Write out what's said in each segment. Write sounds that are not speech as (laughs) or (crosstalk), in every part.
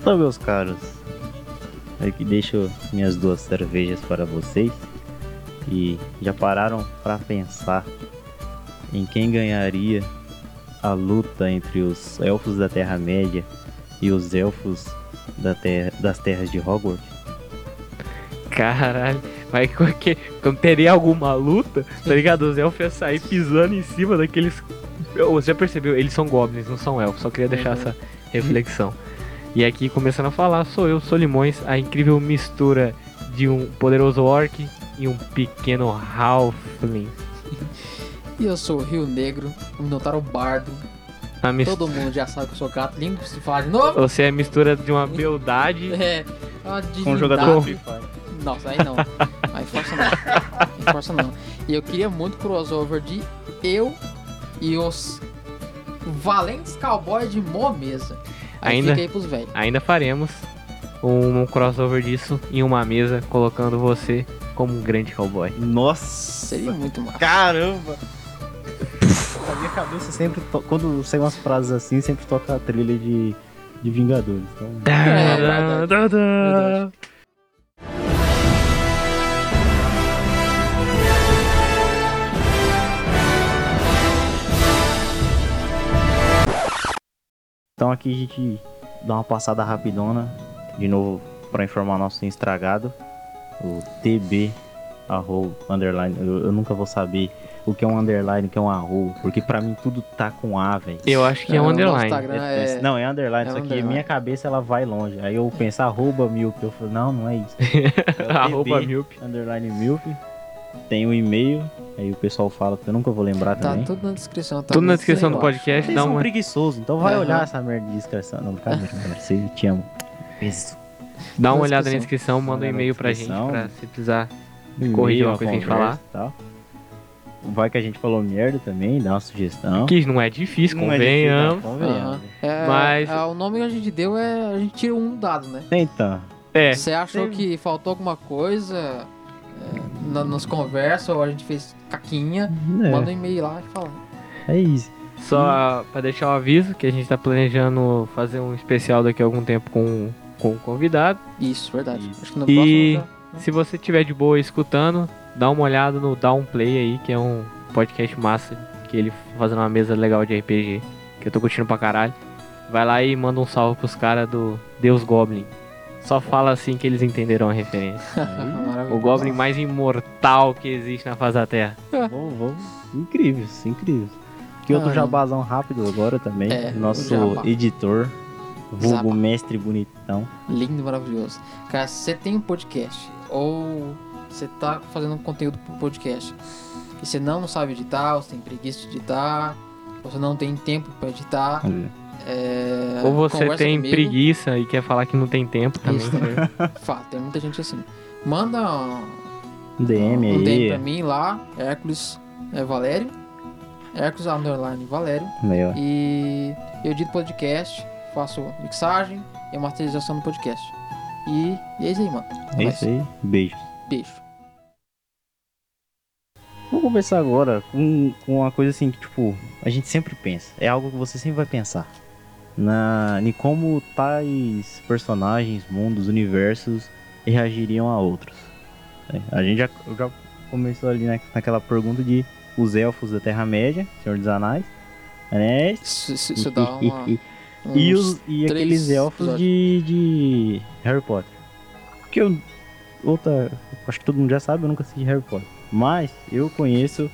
Então, meus caros, eu que deixo minhas duas cervejas para vocês e já pararam para pensar em quem ganharia a luta entre os elfos da Terra-média e os elfos da terra, das terras de Hogwarts? Caralho, mas como, que, como teria alguma luta, tá ligado? Os elfos iam sair pisando em cima daqueles. Você percebeu? Eles são goblins, não são elfos. Só queria Uhum. deixar essa reflexão. E aqui começando a falar, sou eu, sou Limões, a incrível mistura de um poderoso orc e um pequeno halfling. E eu sou o Rio Negro, o Minotauro Bardo. A mis- Todo mundo já sabe que eu sou gato lindo, se falar de novo. Você é a mistura de uma beldade. É, uma Com um jogador divindade. Free Fire. Nossa, aí não. Aí força não. Aí força não. E eu queria muito crossover de eu e os valentes cowboys de Mó Mesa. Aí Ainda- fica aí pros velhos. Ainda faremos um crossover disso em uma mesa, colocando você como um grande cowboy. Nossa! Seria muito massa. Caramba! Na minha cabeça sempre, to- quando sai umas frases assim, sempre toca a trilha de, de Vingadores. Então, É, verdade. Verdade. Então aqui a gente dá uma passada rapidona, de novo para informar nosso estragado, o TB arroba, underline, eu, eu nunca vou saber o que é um underline, o que é um arroba, porque pra mim tudo tá com A, velho. Eu acho que é Ah, um no underline. tá Instagram é- Não, é underline, é só que underline. minha cabeça ela vai longe. Aí eu penso arroba milp, eu falo, não, não é (laughs) isso. É o (laughs) Arroba TB milp. underline milp, tem o e-mail, aí o pessoal fala que eu nunca vou lembrar Tá também. tudo na descrição. Tá Tudo na muito descrição do legal. podcast, Vocês dá são uma. preguiçosos, então vai Aham. olhar essa merda de descrição. Não, cara, você te amo. Beijo. Dá uma Na olhada na descrição, manda um Olha na e-mail pra gente, descrição. pra se precisar. E-mail, Corrigir uma coisa que a gente conversa e tal. Vai que a gente falou merda também, dá uma sugestão. Que não é difícil, Não é difícil, não, convenhamos. Aham. convenhamos. É, Mas- é, o nome que a gente deu é. A gente tira um dado, né? Então, É, Você achou que faltou alguma coisa é, na, nas conversas ou a gente fez caquinha? Manda um e-mail lá e fala. é, é isso. só pra deixar o aviso que a gente tá planejando fazer um especial daqui a algum tempo com, com um convidado. Isso, verdade. Acho que no E- próximo. já- Se você tiver de boa escutando, dá uma olhada no Down Play aí, que é um podcast massa, que ele fazendo uma mesa legal de RPG, que eu tô curtindo pra caralho. Vai lá e manda um salve pros caras do Deus Goblin. Só fala assim que eles entenderão a referência. O tá Maravilhoso. Goblin mais imortal que existe na face da Terra. Vamos, vamos. Incríveis, incríveis. Que outro Ah, jabazão rápido agora também. É, nosso jabá. editor, vulgo Jabá. mestre bonitão. Lindo, maravilhoso. Cara, se você tem um podcast ou você tá fazendo um conteúdo pro podcast e você não, sabe editar, ou você tem preguiça de editar, ou você não tem tempo pra editar, é, Ou você conversa tem comigo. preguiça e quer falar que não tem tempo também. Isso também. Fato, tem muita gente assim. Manda um, Um DM um DM pra aí. mim lá, Hércules é, Valério, Hércules underline Valério. Meu, E eu edito podcast, faço mixagem e masterização do podcast. E, e é isso aí, mano. é Mas- isso aí. Beijo. Beijo. Vou começar agora com, com uma coisa assim que, tipo, a gente sempre pensa. É algo que você sempre vai pensar. Na, em como tais personagens, mundos, universos reagiriam a outros. É, a gente já, já começou ali na- naquela pergunta de os elfos da Terra-média, Senhor dos Anéis, Anéis Isso, isso- isso dá uma. uns- (laughs) e, os, e três aqueles elfos episódios. de, de Harry Potter. Que eu. Outra. Acho que todo mundo já sabe, eu nunca assisti Harry Potter. Mas eu conheço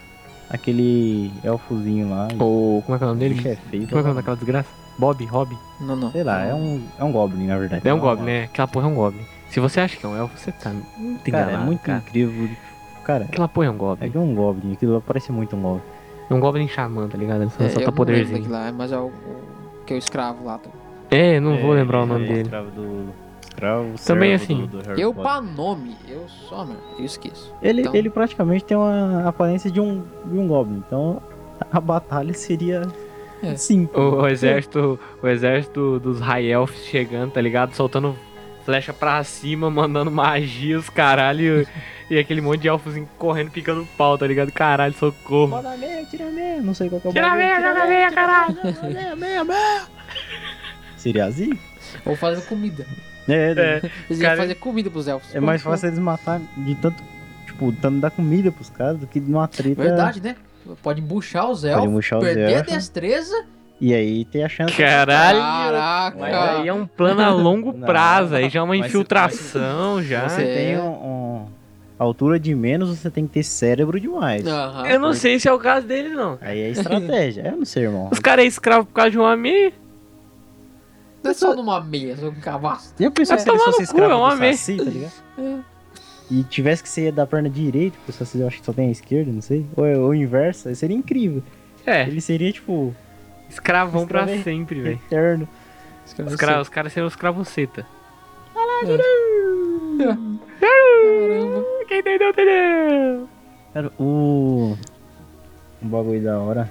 aquele elfozinho lá. (laughs) O. Como é que é o nome dele? que é feio. Como é que é o nome daquela desgraça? Bob, Rob? Não, não. Sei lá, é um, é um Goblin, na verdade. É um Não, Goblin, né? Aquela porra é um Goblin. Se você acha que é um elfo, você tá muito Cara, é enganado, muito cara. incrível. Cara, Aquela porra é um é Goblin. que é um Goblin, aquilo lá parece muito um Goblin. É um Goblin xamã, tá ligado? Ele só, só É, eu tá não lembro poderzinho. daquele lá, mas é o, o que é o escravo lá. tá? É, não vou lembrar o nome é, dele. Escravo do. Escravo, Também servo assim, do- do Harry Eu, Potter. pra nome, eu só, mano, eu esqueço. Ele, Então- ele praticamente tem uma aparência de um, de um Goblin, então a batalha seria É. Sim. O, o exército, o exército dos High Elfs chegando, tá ligado? Soltando flecha pra cima, mandando magia, os caralho. e aquele monte de elfos correndo, picando pau, tá ligado? Caralho, socorro. Bora meia, tira meia. Não sei qual que é o Tira a bagulho. meia, joga a meia, caralho. Tira meia, meia, meia. Seria assim? Ou fazer comida. É, é, É, Eles Cara, iam fazer comida pros elfos. é mais fácil eles matar de tanto, tipo, tanto dar comida pros caras do que numa treta. Verdade, né? Pode embuchar os elfos, embuchar os perder elfos. a destreza. E aí tem a chance. Caralho. Caraca. Mas aí é um plano a longo Não. prazo, aí já é uma Mas- infiltração, já. Você É. tem um, um- altura de menos, você tem que ter cérebro demais. Aham. um Eu não sei se é o caso dele, não. Aí é estratégia. (laughs) Eu não sei, irmão. Os caras é escravo por causa de um homem. Não é só numa meia, só um cavaço. E eu pensava Vai se ele tomar fosse no cu, escravo é um do homem. Saci, tá ligado? E tivesse que ser da perna direita, porque o Saci eu acho que só tem a esquerda, não sei. Ou, ou o inverso, aí seria incrível. É, Ele seria, tipo, escravão pra Escravo- sempre, velho. eterno. Os, cara, os caras seriam os cravoceta. É. Caramba. Quem entendeu, entendeu. Cara, o. Um bagulho da hora.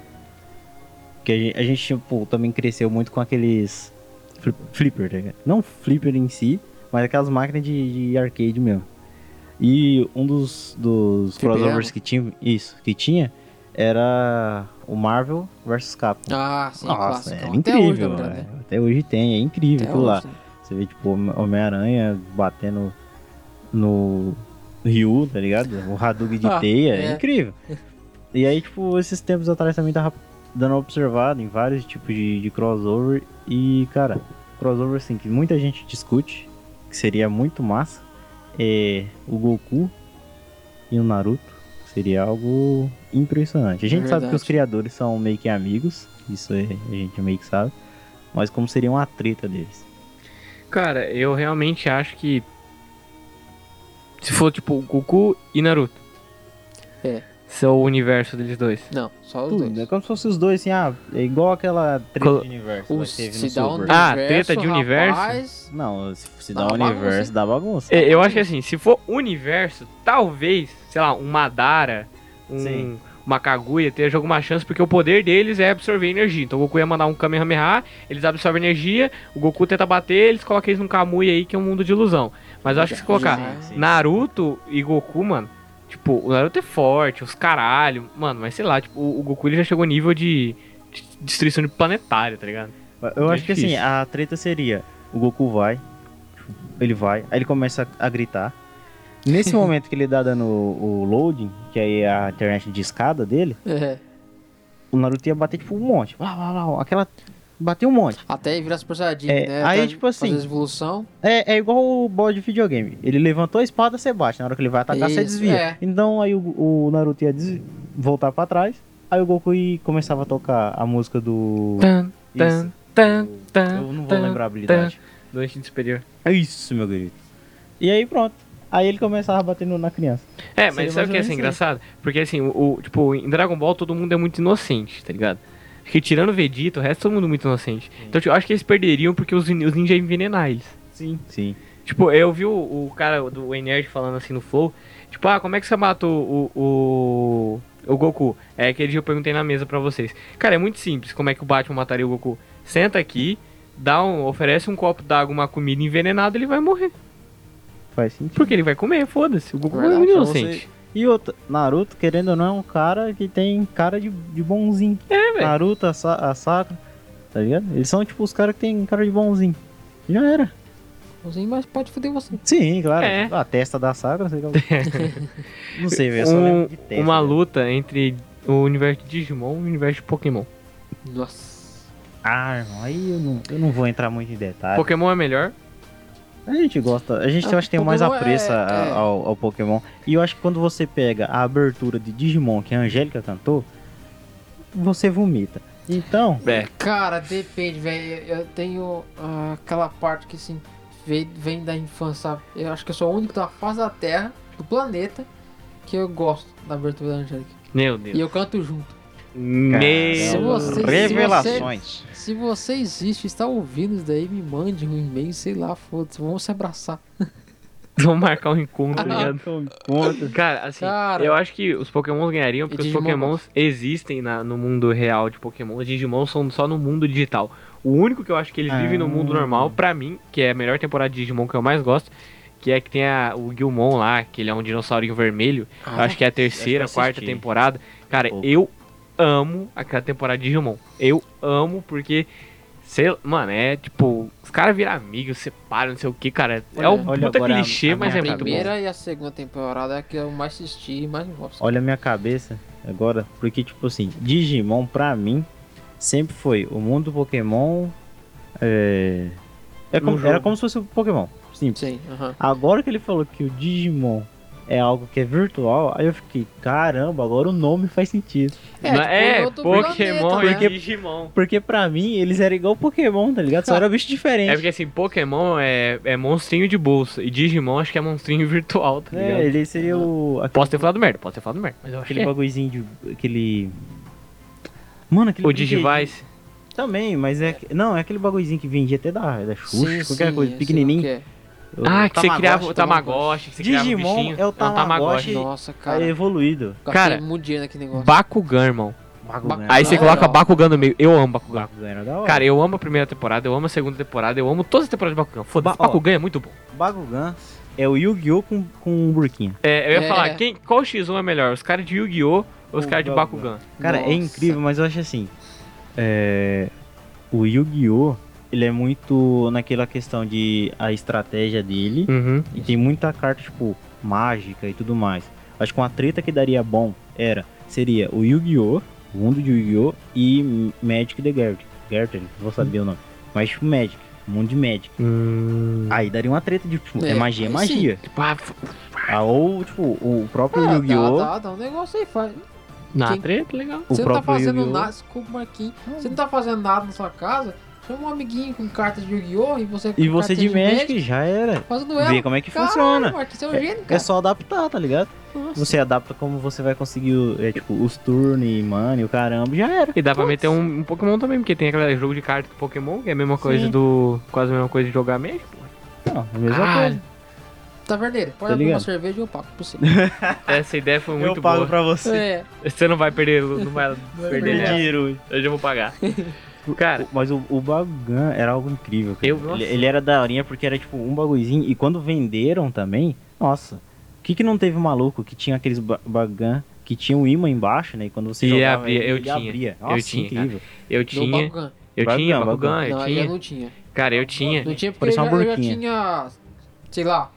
Que a gente, a gente, tipo, também cresceu muito com aqueles. fli- Flipper, tá ligado? Não flipper em si, mas aquelas máquinas de, de arcade mesmo. E um dos, dos Fliperama. crossovers que tinha, isso, que tinha, era o Marvel vs Capcom. Ah, sim, Nossa, é clássico. era Até hoje, incrível, eu lembro, velho. né? Até hoje tem, é incrível Até aquilo lá. hoje, né? Você vê, tipo, Home- Homem-Aranha batendo no Ryu, tá ligado? O Hadouken de (laughs) Ah, teia, é. é. incrível. E aí, tipo, esses tempos atrás também tava dando uma observada em vários tipos de, de crossover. E, cara, crossover, assim, que muita gente discute, que seria muito massa, é o Goku e o Naruto. Seria algo impressionante. A gente sabe que É Verdade. os criadores são meio que amigos, isso é, a gente meio que sabe. Mas como seria uma treta deles? Cara, eu realmente acho que. Se for tipo Goku e Naruto. É. Seu universo deles dois. Não, só os Tudo, né? dois. é como se fossem os dois, assim, ah, é igual aquela treta Colo- de universo O lá que teve no se dá um Super. Ah, treta de universo? rapaz, Não, se, se Dá dá um uma bagunça, universo, hein? dá bagunça. É, Eu acho que assim, se for universo, talvez, sei lá, um Madara, um, Sim. uma Kaguya tenha alguma chance, porque o poder deles é absorver energia. Então o Goku ia mandar um Kamehameha, eles absorvem energia, o Goku tenta bater, eles colocam eles num Kamui aí, que é um mundo de ilusão. Mas eu acho que né? se colocar Sim, sim. Naruto e Goku, mano, tipo, o Naruto é forte, os caralho, mano, mas sei lá, tipo, o o Goku ele já chegou ao nível de de destruição de planetária, tá ligado? Eu é acho que assim, difícil. a treta seria, o Goku vai, ele vai, aí ele começa a, a gritar. (laughs) Nesse momento que ele dá dando o, o loading, que aí é a internet de escada dele, É. o Naruto ia bater tipo um monte. Blá, blá, blá, aquela... Bateu um monte. Até virar Super Saiyajin, É, né? aí, Pra tipo assim, Fazer as evolução. É, é igual o bode de videogame. Ele levantou a espada, você bate. Na hora que ele vai atacar, você Isso, desvia. é. Então aí o, o Naruto ia des- voltar pra trás. Aí o Goku ia- começava a tocar a música do. Tan, Isso. tan, tan, tan. Eu não vou lembrar a habilidade. Do instinto superior. É Isso, meu querido. E aí pronto. Aí ele começava batendo na criança. É, Seria mas sabe mais o ou que é menos isso assim, aí. engraçado? Porque assim, o, o- tipo, em Dragon Ball todo mundo é muito inocente, tá ligado? Acho que tirando o Vegeta, o resto é todo mundo muito inocente. Então tipo, eu acho que eles perderiam porque os, nin- os ninjas iam envenenar eles. Sim. Sim. Tipo, eu vi o, o cara do Nerd falando assim no Flow, tipo, ah, como é que você matou o, o, o Goku? É aquele dia eu perguntei na mesa pra vocês. Cara, é muito simples como é que o Batman mataria o Goku. Senta aqui, dá um, oferece um copo d'água, uma comida envenenada, ele vai morrer. Faz sentido. Porque ele vai comer, foda-se. O Goku é Verdade, muito então você- inocente. E outro, Naruto, querendo ou não, é um cara que tem cara de, de bonzinho. É, velho. Naruto, a, Sa a Sakura, tá ligado? Eles são tipo os caras que tem cara de bonzinho. Já era. Bonzinho, Assim, mas pode foder você. Sim, claro. É. A testa da Sakura, sei lá. (laughs) não sei, velho. Eu só Um- lembro de testa. uma velho. luta entre o universo de Digimon e o universo de Pokémon. Nossa. Ah, irmão, aí eu não, eu não vou entrar muito em detalhe. Pokémon é melhor? A gente gosta, a gente Ah, eu acho que tem mais Pokémon é- apreço a- é. Ao, ao Pokémon. E eu acho que quando você pega a abertura de Digimon que é a Angélica cantou, você vomita. Então, É. Cara, depende, velho. Eu tenho ah, aquela parte que assim vem, vem da infância. sabe? Eu acho que eu sou o único da face da Terra, do planeta, que eu gosto da abertura da Angélica. Meu Deus. E eu canto junto. Se Meu você- se você- revelações. Se você existe, está ouvindo isso daí, me mande um e-mail, sei lá, foda-se, vamos se abraçar. Vamos marcar um encontro, tá Ah. ligado? Então, conta. Cara, assim, Cara. eu acho que os Pokémons ganhariam porque os Digimon. Pokémons existem na- no mundo real de Pokémon. Os Digimon são só no mundo digital. O único que eu acho que eles Ah. vivem no mundo normal, pra mim, que é a melhor temporada de Digimon que eu mais gosto, que é que tem a- o Gilmon lá, que ele é um dinossaurinho vermelho. Eu acho que é a terceira, acho que eu quarta assisti. temporada. Cara, Pouco. eu amo aquela temporada de Digimon. Eu amo porque. Sei, lá, mano, é tipo, os caras viram amigos, separam, não sei o que, cara. É Olha- um olha puta agora a- clichê, a mas é minha muito bom. primeira e a segunda temporada é a que eu mais assisti e mais gosto. Olha a minha cabeça agora, porque tipo assim, Digimon pra mim sempre foi o mundo do Pokémon. É, é como- Um jogo. era como se fosse o Pokémon. Simples. Sim, aham. Agora que ele falou que o Digimon é algo que é virtual, aí eu fiquei, caramba, agora o nome faz sentido. É, Não- tipo, em outro Pokémon é planeta, e né? Digimon. Porque pra mim eles eram igual Pokémon, tá ligado? Só era (laughs) bicho diferente. É porque assim, Pokémon é, é monstrinho de bolsa e Digimon acho que é monstrinho (laughs) virtual, tá É, ligado? ele seria o. aquele- Posso ter falado merda, posso ter falado merda, mas eu acho que Aquele é. bagulhozinho de. aquele. Mano, aquele. O brinquedinho- Digivice. Também, mas é. que- Não, é aquele bagulhozinho que vendia até da, da Xuxa, Sim, qualquer sim, é coisa, eu sei pequenininho. qual que Eu- Ah, que você Tamagotchi, criava o Tamagotchi, Tamagotchi. que você criava o Digimon bichinho. é o é. Tamagotchi. Nossa, Tá cara. evoluído. Cara, Gastei muito dinheiro naquele negócio. Bakugan, irmão. Bagulho, né? Aí você Ah, coloca legal. Bakugan no meio. Eu amo Bakugan. Bakugan era da hora. Cara, eu amo a primeira temporada, eu amo a segunda temporada, eu amo todas as temporadas de Bakugan. Foda-se, Ba- ó. Bakugan é muito bom. Bakugan é o Yu-Gi-Oh! com, com um burquinho. É, eu ia É. falar, quem, qual X1 é melhor? Os caras de Yu-Gi-Oh! ou os O caras de Bakugan. Bakugan? Cara, Nossa. é incrível, mas eu acho assim. é, O Yu-Gi-Oh! Ele é muito naquela questão de a estratégia dele. Uhum. E tem muita carta, tipo, mágica e tudo mais. Acho que uma treta que daria bom era, seria o Yu-Gi-Oh! O mundo de Yu-Gi-Oh! e M- Magic the Gathering. Gathering, não vou saber o nome. Mas tipo Magic, mundo de Magic. Hum. Aí daria uma treta de, tipo, é, É, magia, é aí magia. Tipo, ah, f- Ah, ou, tipo, o próprio Ah, Yu-Gi-Oh! Dá, dá, dá um negócio aí, faz. na Quem- treta, legal. o Você não tá próprio fazendo Yu-Gi-Oh! nada, desculpa, Marquinhos. Você não tá fazendo nada na sua casa, chama um amiguinho com cartas de Yu-Gi-Oh! e você com E você cartas de Magic já era. Faz um Vê duelo. como é que Caralho, funciona. Marquinhos, você é um gênio, É cara. só adaptar, tá ligado? Nossa. Você adapta como você vai conseguir, o- é, tipo, os turnos, e mano, e o caramba, já era. E dá pra Putz. meter um, um Pokémon também, porque tem aquele jogo de carta do Pokémon, que é a mesma coisa Sim. do. quase a mesma coisa de jogar mesmo. Não, é a mesma Ah, coisa. Taverneiro, Tá pode abrir uma ligado? cerveja e eu pago por você. Essa ideia foi muito Eu pago boa. pra você. é, Você não vai perder, não vai é perder perder. nessa. dinheiro. Eu já vou pagar. (laughs) Cara, O- Mas o, o Bakugan era algo incrível, cara. Eu- nossa. ele, ele era daorinha porque era tipo um bagulhozinho. E quando venderam também, nossa. O que que não teve maluco que tinha aqueles ba- Bakugan que tinha um imã embaixo, né? E quando você E jogava, abria, ele, eu ele tinha, abria. eu Nossa, tinha, cara. incrível. eu do tinha. Bakugan. Eu Bakugan, tinha, Bakugan. Bakugan, eu não, aí eu tinha. É. não tinha. Cara, eu tinha. Não tinha porque eu Parecia já, uma eu já burquinha. tinha, sei lá,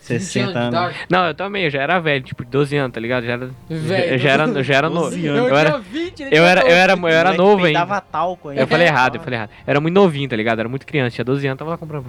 60 anos. idade. Não, eu também, eu já era velho, tipo, 12 anos, tá ligado? Já era, Velho. eu já era, eu já era novo. 12 Eu anos. era, 20, ele eu era, eu era, tinha eu 12. era Moleque novo ainda. peidava talco ainda. Eu falei errado, eu falei errado. Era muito novinho, tá ligado? Era muito criança, tinha 12 anos, tava lá comprando.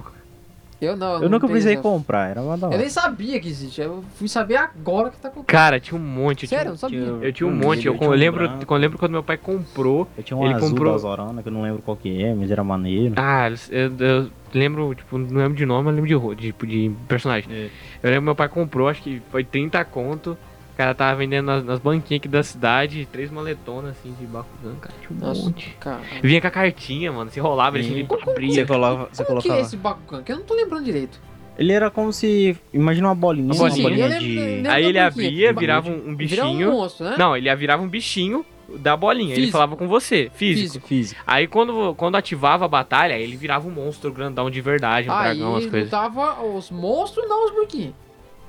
Eu não, Eu nunca tenho precisei essa- comprar, era uma da Eu hora. nem sabia que existia, eu fui saber agora que tá acontecendo. Cara, tinha um monte. eu tinha- Sério, eu não sabia. tinha- Eu tinha um Hum, monte, eu, eu tinha um lembro, branco. eu lembro quando meu pai comprou. Eu tinha um Ele azul comprou- da Zorana, que eu não lembro qual que é, mas era maneiro. Ah, eu, eu lembro, tipo, não lembro de nome, mas lembro de, ro- de, tipo, de personagem. É. Eu lembro que meu pai comprou, acho que foi 30 conto. O cara tava vendendo nas, nas banquinhas aqui da cidade, três maletonas assim de Bakugan, cara, tinha um Nossa. monte. Cara, Vinha com a cartinha, mano, se enrolava, ele Sim. tinha que abrir. colava, como que é esse Bakugan? Que eu não tô lembrando direito. Ele era como se. Imagina uma bolinha, Uma uma bolinha. bolinha, Eu lembro- de. lembro- Aí ele banquinha. abria, Ba- virava um, um Virou um bichinho. monstro, né? Não, ele virava um bichinho da bolinha, ele Físico. falava com você, é físico. Físico. Aí quando, quando ativava a batalha, ele virava um monstro grandão de verdade, um Aí tá- dragão, as coisas. lutava os monstros, não os burquinhos.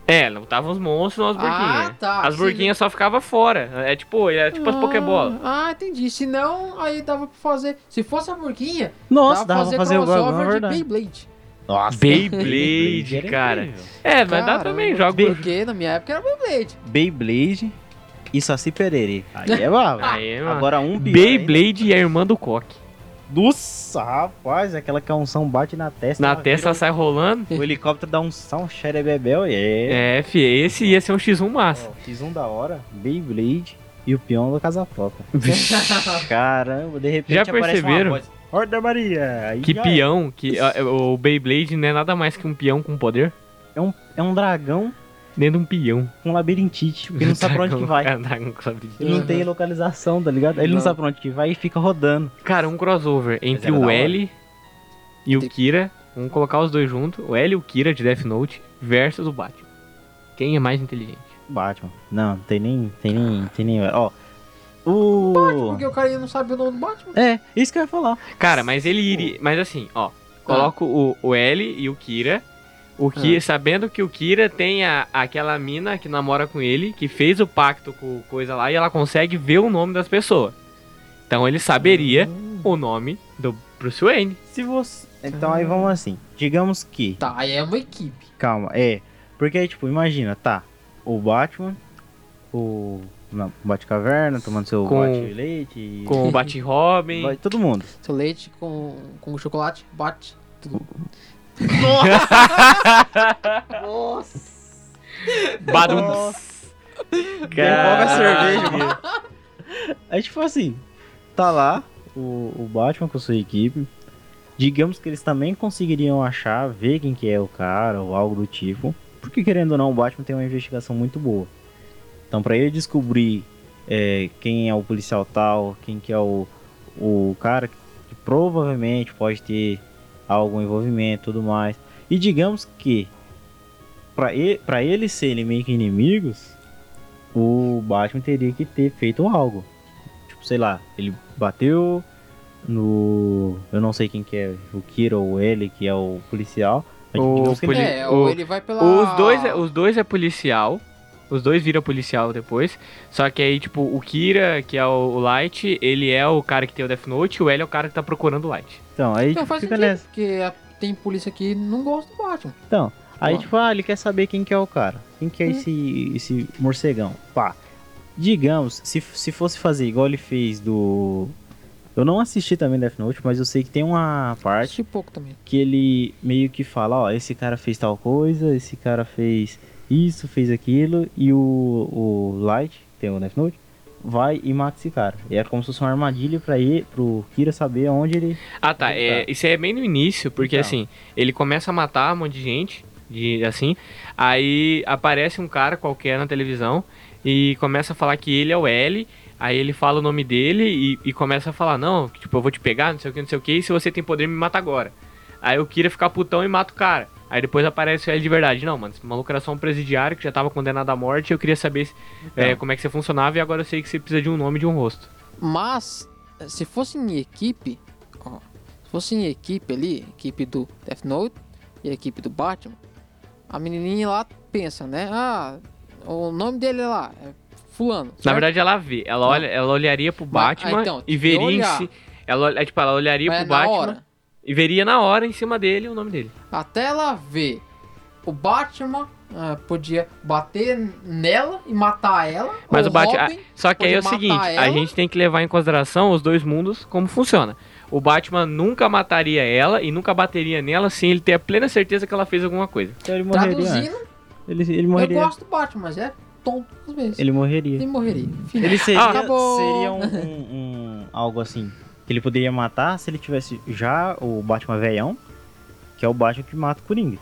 É, lutavam os monstros, não as burquinhas. Ah, tá. As Se- burguinhas só ficava fora. É tipo, é tipo as Ah, Pokébola. Ah, entendi. Se não, aí dava pra fazer. Se fosse a burquinha, Nossa, dava dava pra fazer o né? bagulho, na crossover de verdade. Beyblade. Nossa, Beyblade, era cara. incrível. É, mas dá Caramba, também, joga. Porque na minha época era Beyblade. Beyblade e Saci Pererê. Aí é bravo. (laughs) Aí, mano. Agora um pior ainda. Beyblade e a irmã do Coque. Nossa, rapaz, aquela que a unção bate na testa. Na ela testa vira sai rolando. um- O helicóptero dá unção, xerebebel, é. É, fi, esse ia ser um X1 massa. Ó, Fiz um da hora, Beyblade e o peão da casa própria. Caramba, de repente Já É. aparece uma perceberam? voz, Horda Maria! Aí Que já é. peão, que ó, o Beyblade não é nada mais que um peão com poder. É É um dragão Dentro de um peão. com labirintite, porque não sabe pra onde que vai. É, tá, não sabe. Ele não Uhum. tem localização, tá ligado? Ele não. Não. sabe pra onde que vai e fica rodando. Cara, um crossover entre era da o hora. L e o Tem- Kira. Vamos colocar os dois juntos. O L e o Kira de Death Note. versus o Batman. Quem é mais inteligente? Batman. Não, não tem nem. Tem nem. Tem nem. Ó. O. Porque o cara ainda não sabe o nome do Batman. É, isso que eu ia falar. Cara, mas ele iria. Mas assim, ó. Coloco o, o L e o Kira. O Kira, sabendo que o Kira tem a, aquela mina que namora com ele, que fez o pacto com o coisa lá, e ela consegue ver o nome das pessoas. Então ele saberia o nome do Bruce Wayne. Se você. Então aí Ah. vamos assim. Digamos que. Tá, aí é uma equipe. Calma, é. Porque aí, tipo, imagina, tá. O Batman, o. Na Batcaverna, tomando seu Com- bate-leite. e- Com o Bat-Robin. Vai- Todo mundo. Seu leite com, com chocolate, bate. (laughs) Tudo. Nossa! Baduns. Devolve a cerveja, Caralho. É tipo assim, tá lá o, o Batman com sua equipe. Digamos que eles também conseguiriam achar, ver quem que é o cara ou algo do tipo. Porque querendo ou não, o Batman tem uma investigação muito boa. Então pra ele descobrir é, quem é o policial tal, quem que é o, o cara que provavelmente pode ter algum envolvimento e tudo mais. E digamos que pra, e, pra eles serem meio que inimigos, o Batman teria que ter feito algo. Tipo, sei lá, ele bateu no. Eu não sei quem que é, o Kira ou ele, que é o policial. Mas O digamos que ele- Poli- É, o- ou ele vai pela. Os dois, é- os dois é policial. Os dois viram policial depois. Só que aí, tipo, o Kira, que é o o Light, ele é o cara que tem o Death Note, e o L é o cara que tá procurando o Light. Então, aí Não, tipo, faz fica sentido, nessa. porque a- tem polícia que não gosta do Batman. Então, aí Ó. tipo, ah, ele quer saber quem que é o cara. Quem que é Hum. esse, esse morcegão. Pá. Digamos, se, se fosse fazer igual ele fez do. Eu não assisti também Death Note, mas eu sei que tem uma parte Acho pouco também. que ele meio que fala, ó, esse cara fez tal coisa, esse cara fez isso, fez aquilo, e o, o Light, que tem o Death Note, vai e mata esse cara. E é como se fosse uma armadilha pra ele, pro Kira saber onde ele... Ah, tá. é- isso aí é bem no início, porque Tá. assim, ele começa a matar um monte de gente, de, assim. Aí aparece um cara qualquer na televisão e começa a falar que ele é o L. Aí ele fala o nome dele e, e começa a falar: Não, que, tipo, eu vou te pegar, não sei o que, não sei o que, e se você tem poder, me mata agora. Aí o Kira fica putão e mata o cara. Aí depois aparece o L de verdade. Não, mano, esse maluco era só um presidiário que já tava condenado à morte. Eu queria saber se- Então. é, como é que você funcionava e agora eu sei que você precisa de um nome e de um rosto. Mas, se fosse em equipe, ó, se fosse em equipe ali, equipe do Death Note e a equipe do Batman, a menininha lá pensa, né? Ah, o nome dele lá é Fulano. Na certo? verdade, ela vê. Ela, olha, ela olharia pro Mas- Batman ah, então, e veria em olhar. si. Ela, olha- é, tipo, ela olharia Mas é pro na Batman hora. e veria na hora em cima dele o nome dele. Até ela ver o Batman, ah, podia bater nela e matar ela. Mas ou o Batman- Robin, Só que aí é o Pode matar seguinte, a ela? gente tem que levar em consideração os dois mundos, como funciona. O Batman nunca mataria ela e nunca bateria nela sem ele ter a plena certeza que ela fez alguma coisa. Então ele morreria antes. traduzindo, Ele, ele eu morreria. gosto do Batman, mas é tonto às vezes. Ele morreria. Ele morreria. Enfim. Ele seria, Ah, acabou. seria um, um- um- algo assim que ele poderia matar se ele tivesse já o Batman velhão, que é o Batman que mata o Coringa.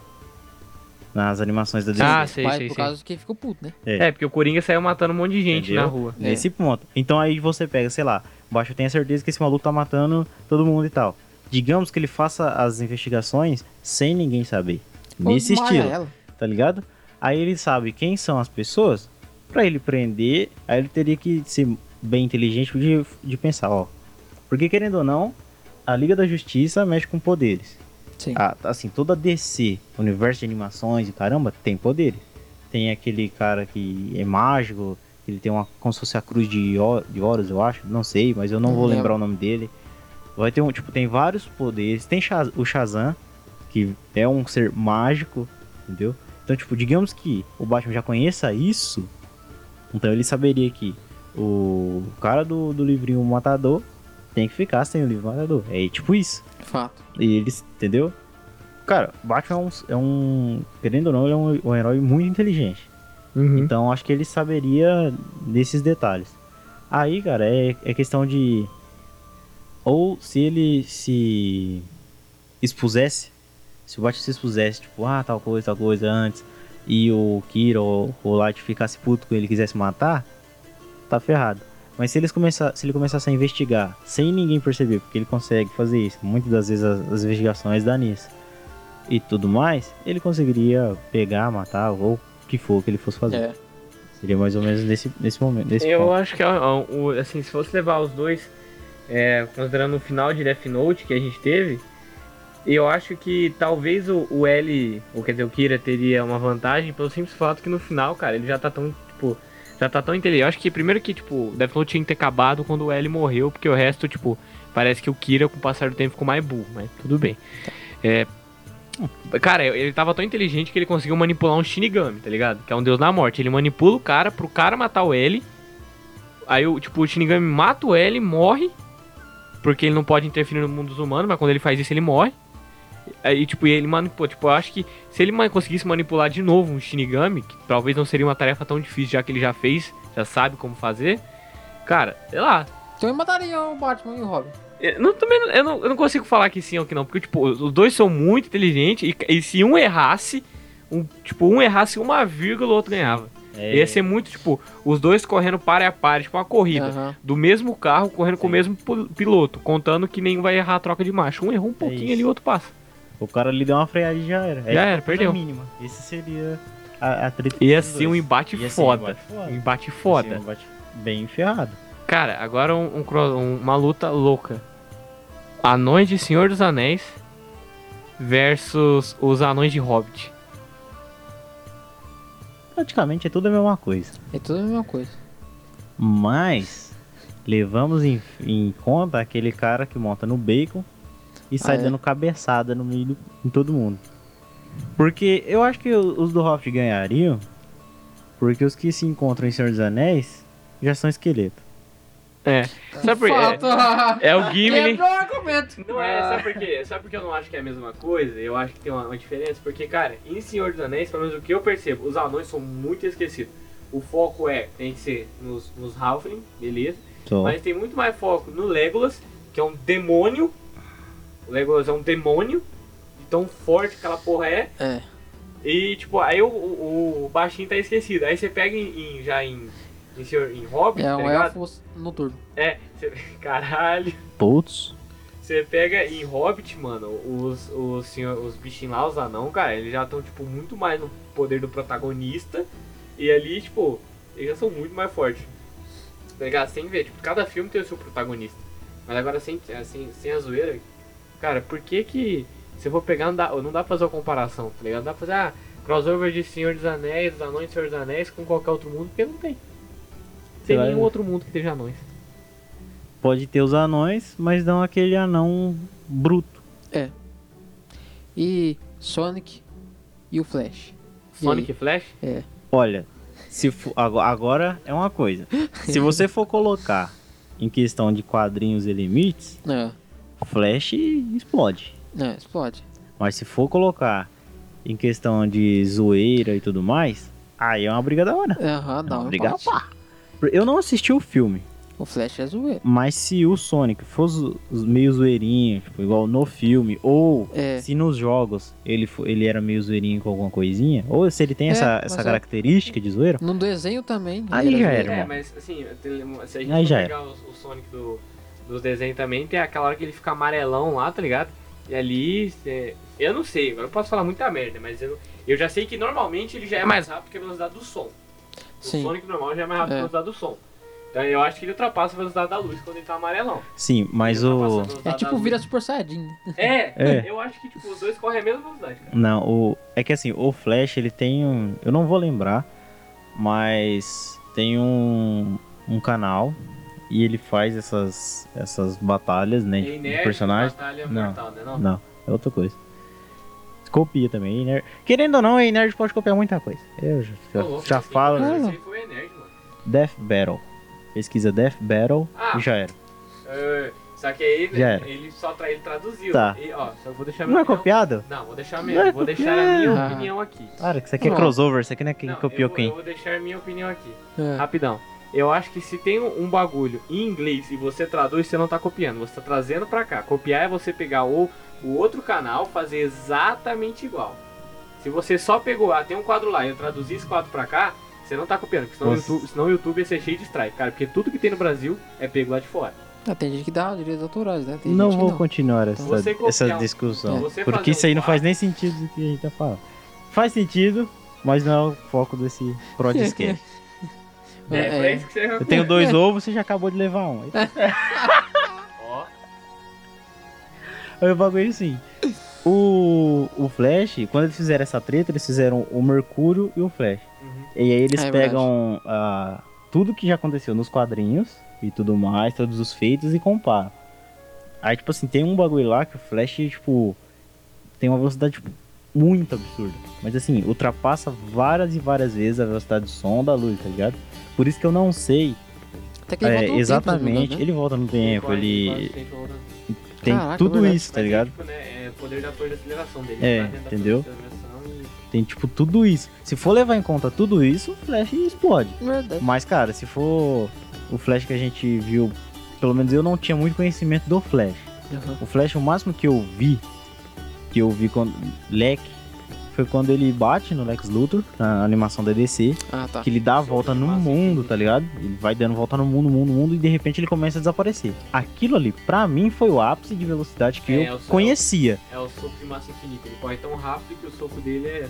Nas animações da DC. Ah, sei, Mas sei, por sei. causa que ficou puto, né? É. É, porque o Coringa saiu matando um monte de gente Entendeu? na rua. Nesse ponto. Então aí você pega, sei lá, o Batman tem a certeza que esse maluco tá matando todo mundo e tal. Digamos que ele faça as investigações sem ninguém saber. É. Ou Nesse desmaia estilo. ela. tá ligado? Aí ele sabe quem são as pessoas, pra ele prender, aí ele teria que ser bem inteligente de, de pensar, ó. Porque querendo ou não, a Liga da Justiça mexe com poderes. Sim. A- assim, toda DC, universo de animações e caramba, tem poderes. Tem aquele cara que é mágico, ele tem uma, como se fosse a cruz de, Ho- de Horus, eu acho, não sei, mas eu não Não vou lembro. lembrar o nome dele. Vai ter um, tipo, tem vários poderes. Tem Shaz- o Shazam, que é um ser mágico, entendeu? Então, tipo, digamos que o Batman já conheça isso, então ele saberia que o cara do, do livrinho Matador tem que ficar sem o livro Matador. É tipo isso. Fato. E eles, entendeu? Cara, Batman é um, é um- Querendo ou não, ele é um, um herói muito inteligente. Uhum. Então acho que ele saberia desses detalhes. Aí, cara, é, é questão de. Ou se ele se expusesse. Se o Batman se expusesse, tipo, ah, tal coisa, tal coisa antes. E o Kira ou o Light ficasse puto com ele e quisesse matar, tá ferrado. Mas se, eles começar, se ele começasse a investigar sem ninguém perceber, porque ele consegue fazer isso, muitas das vezes as, as investigações dá nisso. e tudo mais, ele conseguiria pegar, matar ou o que for que ele fosse fazer. É. Seria mais ou menos nesse, nesse momento. Nesse eu ponto. acho que, ó, ó, o- assim, se fosse levar os dois, é, considerando o final de Death Note que a gente teve, eu acho que talvez o, o L, ou quer dizer, o Kira, teria uma vantagem pelo simples fato que no final, cara, ele já tá tão, tipo, já tá tão inteligente. Eu acho que primeiro que, tipo, Death Note tinha que ter acabado quando o L morreu, porque o resto, tipo, parece que o Kira, com o passar do tempo, ficou mais burro, mas tudo bem. É, Cara, ele tava tão inteligente que ele conseguiu manipular um Shinigami, tá ligado? Que é um deus da morte. Ele manipula o cara pro cara matar o L. Aí, o- tipo, o Shinigami mata o L, morre. Porque ele não pode interferir no mundo dos humanos, mas quando ele faz isso, ele morre. Aí, tipo, ele manipula. Tipo, eu acho que se ele ma- conseguisse manipular de novo um Shinigami, que talvez não seria uma tarefa tão difícil, já que ele já fez, já sabe como fazer. Cara, sei lá. Então eu mataria o Batman e o Robin. Eu não, também, não- eu, não, eu não consigo falar que sim ou que não, porque, tipo, os dois são muito inteligentes e, e se um errasse, um, tipo, um errasse uma vírgula, o outro ganhava. É, Ia ser muito, tipo, os dois correndo para a par, tipo uma corrida Aham. do mesmo carro correndo com o Sim. mesmo pil- piloto, contando que nenhum vai errar a troca de marcha. Um errou um pouquinho isso. ali, o outro passa. O cara ali deu uma freada e já era. Já É era, a perdeu. mínima. Esse seria a, a treta Ia dos ser um dois. embate Ia ser um foda. embate Um foda. embate Ia ser foda. um embate bem ferrado. Cara, agora um, um cro- um- uma luta louca. Anões de Senhor dos Anéis versus os anões de Hobbit. Praticamente é tudo a mesma coisa. É tudo a mesma coisa. Mas levamos em, em conta aquele cara que monta no bacon e sai Ah, é? dando cabeçada no meio do, em todo mundo. Porque eu acho que o- os do Hobbit ganhariam, porque os que se encontram em Senhor dos Anéis já são esqueleto. É. Sabe por Fato. quê? É o (laughs) Gimli. Quebrou o argumento. Não é, Ah. sabe por quê? Sabe por que eu não acho que é a mesma coisa? Eu acho que tem uma, uma diferença, porque, cara, em Senhor dos Anéis, pelo menos o que eu percebo, os anões são muito esquecidos. O foco é, tem que ser nos, nos Halfling, beleza. Só. Mas tem muito mais foco no Legolas, que é um demônio. O Legolas é um demônio. de Tão forte que aquela porra é. É. E tipo, aí o, o- o baixinho tá esquecido. Aí você pega em, em- já em. Em, Senhor- em Hobbit, É tá um ligado? elfo noturno. É, você- (laughs) caralho. Todos. Você pega em Hobbit, mano, os, os, senhor, os bichinhos lá, os anão, cara, eles já estão, tipo, muito mais no poder do protagonista. E ali, tipo, eles já são muito mais fortes. Tá ligado? Sem ver, tipo, cada filme tem o seu protagonista. Mas agora, sem, eh, sem, sem a zoeira, cara, por que que... Se eu for pegar, não dá, não dá pra fazer uma comparação, tá ligado? Dá pra fazer, ah, crossover de Senhor dos Anéis, dos Anões de Senhor dos Anéis com qualquer outro mundo, porque não tem. Sei Tem lá, nenhum né? outro mundo que esteja anões. Pode ter os anões, mas não aquele anão bruto. E Sonic e o Flash. Sonic e Flash? Olha, se fo- ago- agora é uma coisa. Se você for colocar em questão de quadrinhos e limites, Não, Flash explode. não, explode. Mas se for colocar em questão de zoeira e tudo mais, aí é uma briga da hora. Aham, dá Não, um briga, empate. Eu não assisti o filme, O Flash é zoeiro. mas se o Sonic for zo- meio zoeirinho, tipo, igual no filme, ou É. se nos jogos ele, fo- ele era meio zoeirinho com alguma coisinha, ou se ele tem É, essa, mas essa é- característica de zoeira, No desenho também. Aí ele já zoeiro. era. É, irmão. mas assim, tem- se a gente Aí for já pegar o, o Sonic do, dos desenhos também, tem aquela hora que ele fica amarelão lá, tá ligado? E ali, é, eu não sei, agora eu posso falar muita merda, mas eu, não- eu já sei que normalmente ele já é mais rápido que a velocidade do som. O Sim. Sonic normal já é mais rápido É. que a velocidade do som. Então eu acho que ele ultrapassa a velocidade da luz quando ele tá amarelão. sim, mas Ele ultrapassa o. a velocidade É da tipo Tá luz. vira Super Saiyajin. É, (laughs) É. eu acho que tipo, os dois correm a mesma velocidade, cara. Não, o. É que assim, o Flash ele tem um. Eu não vou lembrar, mas tem um, um canal e ele faz essas, essas batalhas, né? E De, de É inerte, personagens. batalha Não. mortal, né? Não. Não, é outra coisa. Copia também. e Nerd... Querendo ou não, a Nerd pode copiar muita coisa. Eu já, já, Ô, louco, já né? esse aí falo. foi- esse aí foi o Energy, mano. Death Battle. Pesquisa Death Battle Ah. e já era. É, Só que aí Já era. ele só tra... ele traduziu. Tá. E, ó, só vou Não deixar é minha opinião- copiado? Não, vou deixar Não minha, é vou deixar a minha copiado. opinião aqui. Claro, que isso aqui é Não. crossover, isso aqui não é quem Não, eu, copiou vou- quem. Eu vou deixar minha opinião aqui. É. Rapidão. Eu acho que se tem um um bagulho em inglês e você traduz, você não tá copiando, você tá trazendo pra cá. Copiar é você pegar o, o outro canal, fazer exatamente igual. Se você só pegou, ah, tem um quadro lá, eu traduzi esse quadro pra cá, você não tá copiando, porque senão, o Você- YouTube, senão o YouTube ia ser cheio de strike, cara, porque tudo que tem no Brasil é pego lá de fora. Ah, tem gente que dá direitos autorais, né? Tem não gente que vou continuar essa, Então você copiar essa um- discussão. você fazer Porque isso aí um não faz nem sentido do que a gente tá falando. Faz sentido, mas não é o foco desse (laughs) podcast. É, É, é. pra isso que você Eu tenho dois ovos, você já acabou de levar um. Ó, Aí o bagulho é assim. O, o Flash, quando eles fizeram essa treta, eles fizeram o Mercúrio e o Flash. uhum. E aí eles É verdade. pegam ah, tudo que já aconteceu nos quadrinhos e tudo mais, todos os feitos e comparam. Aí, tipo assim, tem um bagulho lá que o Flash, tipo, tem uma velocidade tipo, muito absurda. Mas assim, ultrapassa várias e várias vezes a velocidade do som da luz, tá ligado? Por isso que eu não sei. Até que ele é, volta um tempo, exatamente. né? Ele volta no tempo, ele tem Caraca, tudo verdade. isso, tá ligado? Tipo, né, é o poder da força de aceleração dele. É, tá dentro da força entendeu? de aceleração e- Tem tipo tudo isso. Se for levar em conta tudo isso, o Flash explode. Verdade. Mas, cara, se for o Flash que a gente viu, pelo menos eu não tinha muito conhecimento do Flash. Aham. O Flash, o máximo que eu vi, que eu vi quando. Lex, foi quando ele bate no Lex Luthor, na animação da DC, Ah, tá. que ele dá a é volta no mundo, tá ligado? Ele vai dando volta no mundo, mundo, mundo, e de repente ele começa a desaparecer. Aquilo ali, pra mim, foi o ápice de velocidade que É, é eu o céu. conhecia, É o soco de massa infinita. Ele corre tão rápido que o soco dele é.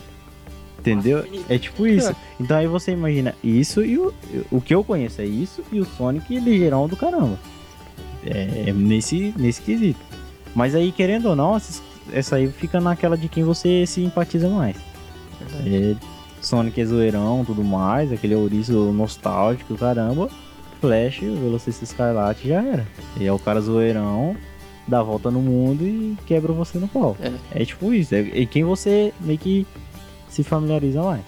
entendeu? massa infinita. É tipo isso. Então aí você imagina isso e o, o que eu conheço é isso e o Sonic ligeirão do caramba. É, é nesse, nesse quesito. Mas aí, querendo ou não, esses- essa aí fica naquela de quem você se empatiza mais. Verdade. É, Sonic é zoeirão, tudo mais, aquele ouriço nostálgico, caramba. Flash, o Velocista Escarlate já era. E é o cara zoeirão, dá a volta no mundo e quebra você no pau. É, tipo isso, é, é quem você meio que se familiariza mais.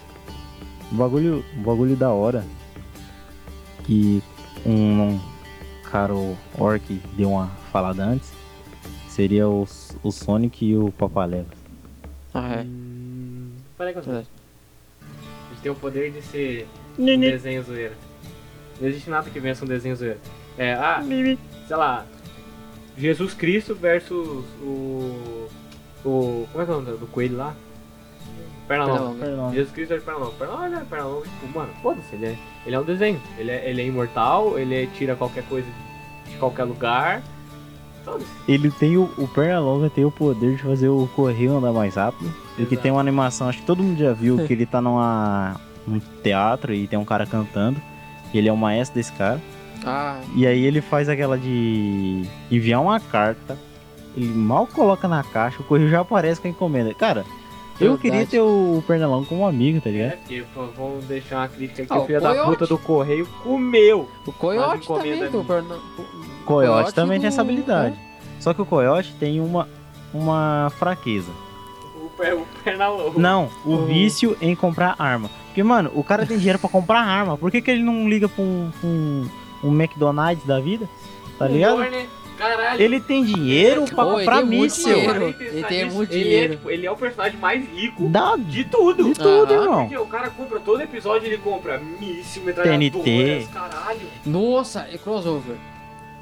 Um bagulho, um bagulho da hora que um, um cara o orc deu uma falada antes seria o, o Sonic e o Papaleva. Ah, é. Hum, Peraí, que eu- Verdade. Ele tem o poder de ser um desenho zoeira. Não existe nada que vença um desenho zoeira. É, ah, sei lá. Jesus Cristo versus o. O. Como é que é o nome do coelho lá? Pernalonga. Pernalonga. Jesus Cristo versus Pernalonga. Pernalonga é Pernalonga, tipo, mano, foda-se, ele é, ele é um desenho. Ele é, ele é imortal, ele é- tira qualquer coisa de qualquer lugar. Tá Foda-se. Ele tem o, o Pernalonga tem o poder de fazer o correio andar mais rápido. E que Exato. tem uma animação, acho que todo mundo já viu, que ele tá numa, num teatro e tem um cara cantando. E ele é o maestro desse cara. Ah, E aí ele faz aquela de enviar uma carta. Ele mal coloca na caixa, o correio já aparece com a encomenda. Cara, eu Verdade. queria ter o Pernalonga como amigo, tá É, ligado? porque pô, vamos deixar uma crítica aqui. Ah, o o filho da coiote. puta do correio comeu. o Coyote encomenda também tem o minha. perna... O Coyote também do- tem essa habilidade. Só que o Coyote tem uma, uma fraqueza. O, per, o Pernalonga. Não, o Uhum. vício em comprar arma. Porque, mano, o cara tem dinheiro pra comprar arma. Por que, que ele não liga pra um, pra um, um McDonald's da vida? Tá ligado? Warner, Caralho. Ele tem dinheiro pra Pô, ele comprar tem muito míssil. dinheiro. Parei de pensar ele tem nisso. muito ele É, dinheiro. tipo, ele é o personagem mais rico Dá de tudo. de tudo, Ah, irmão. Porque o cara compra todo episódio, ele compra míssil, metralhadoras, TNT. caralho. Nossa, é crossover.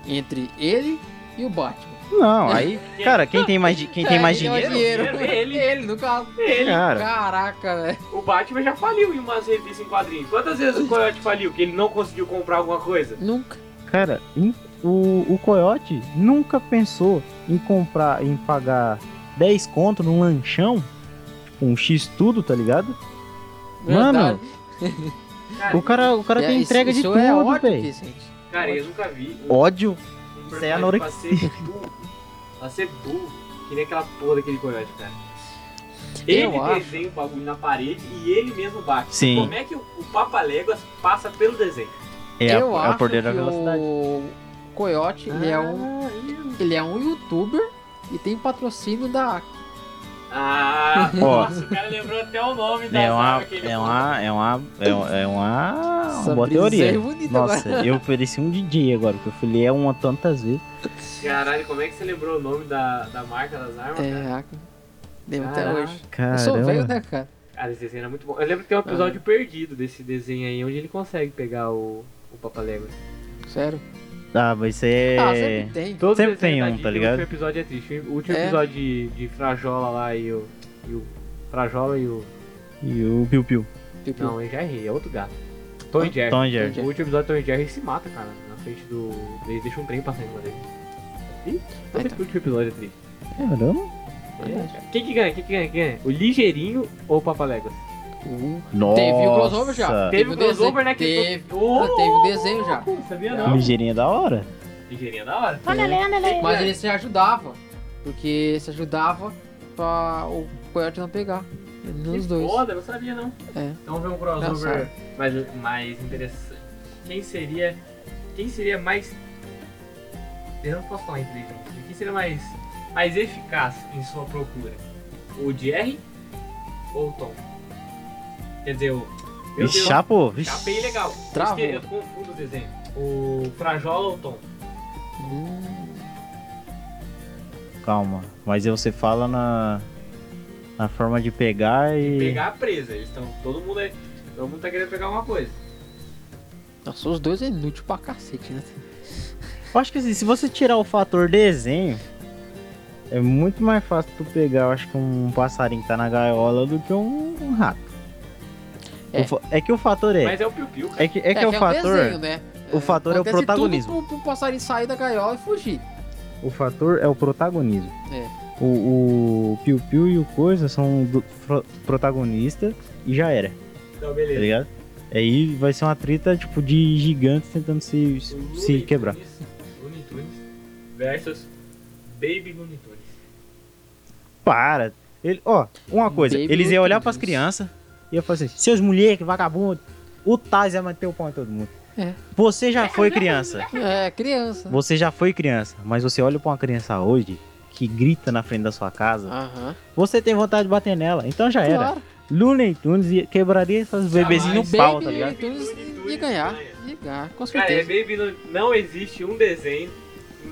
Entre ele e o Batman. Não, aí. Cara, quem tem mais, di- quem tem (laughs) É, mais ele é o dinheiro. Ele, ele. Ele, ele, no caso. Ele, Cara, Caraca, velho. o Batman já faliu em umas revistas em quadrinhos. Quantas vezes o Coyote faliu que ele não conseguiu comprar alguma coisa? Nunca. cara em- o, o Coyote nunca pensou em comprar, em pagar 10 conto num lanchão, tipo, um X tudo, tá ligado? Mano, Verdade. O cara, o cara É, tem isso- entrega de isso tudo, é ótimo, velho. Vicente. Cara, eu nunca vi um, Ódio. um isso é personagem anorexia. pra ser burro. Pra ser burro. Que nem aquela porra daquele Coyote, cara. Ele Eu acho. desenha o bagulho na parede e ele mesmo bate. Sim. Como é que o, o Papa Léguas passa pelo desenho? É, eu a, é acho o poder da que velocidade. Ah, o Coyote, ele é um... um. Ele é um youtuber e tem patrocínio da Ah, (laughs) Ó. nossa, o cara lembrou até o nome da É uma, saga que ele é uma, é uma, é uma, é uma, Essa boa brisa aí é teoria. bonita Nossa, eu ofereci um DJ agora, porque eu falei é uma tantas vezes. Caralho, como é que você lembrou o nome da, da marca das armas? cara? É, Devo até Caraca. hoje. Eu sou velho, Caramba. né, cara? Cara, Ah, esse desenho era muito bom. Eu lembro que tem um episódio Ah. perdido desse desenho aí, onde ele consegue pegar o, o Papaléguas. Sério. Ah, mas isso Ah, é... sempre tem. Todo Sempre desenho tem da um, Disney, tá ligado? O último episódio é triste. O último É. episódio de, de Frajola lá e o, e o... Frajola e o... E o Piu Piu. Piu, piu. Não, eu já errei, é outro gato. Tom e Jerry. Ah, Tom Jerry. O último episódio do Tom e Jerry se mata, cara. na frente do. Eles deixam um trem passar em cima dele. E Ah, também tá. o último episódio é triste. Caramba. Verdade. É. Quem que ganha? Quem que ganha? Quem ganha? O ligeirinho ou o Papaléguas? tipo, Nossa. Teve o crossover já. Ah. Teve Teve o o desenho, crossover, né? que- teve- Ô, Ah, teve o desenho já. Sabia A não? ligeirinha um da hora. Ligeirinho é da hora. É. Mas ele se ajudava. Porque se ajudava pra o Coyote não pegar. Nos que dois. foda, eu não sabia não. É. Então vamos ver um crossover mais, mais interessante. Quem seria. Quem seria mais. Eu não posso falar inteligente. Quem seria mais. mais eficaz em sua procura? O Jerry ou o Tom? Quer dizer, o. Meu Vixe, Deus, chapo. tá Vixe. bem legal. Por isso Travou. que Eu confundo os desenhos. O Frajola ou o Tom? Hum, Calma. Mas aí você fala na. Na forma de pegar e. Pegar a presa. Eles estão. Todo mundo é. Todo mundo tá querendo pegar uma coisa. Nossa, os dois é inútil pra cacete, né? Eu acho que assim, se você tirar o fator desenho, é muito mais fácil tu pegar, eu acho que um passarinho que tá na gaiola do que um, um rato. O É. fa- É. que o fator é. Mas é o Piu Piu. É que é, que é o fator. desenho, né? o fator é o acontece tudo protagonismo. Pro, pro um, passarinho sair da gaiola e fugir. O fator é o protagonismo. É. O, o Piu Piu e o Coisa são do, fro- protagonista e já era, Então, tá beleza. ligado? Aí vai ser uma treta tipo de gigantes tentando se, O Looney se quebrar. Tunes- Looney Tunes versus Baby Looney Tunes. Para! Ele, ó, uma coisa, Baby eles iam olhar Looney pras Tunes. crianças e ia falar assim: seus moleques, vagabundo, o Taz ia manter o pau em todo mundo. É. Você já foi criança. É, criança. Você já foi criança, mas você olha pra uma criança hoje que grita na frente da sua casa, Aham. você tem vontade de bater nela. Então já era. Claro. Looney Tunes ia- quebraria essas bebezinhas Jamais. no pau, Baby tá ligado? Tunes Looney Tunes ia ganhar. ganha. Ia ganhar, com Cara, é certeza. Baby Looney- não existe um desenho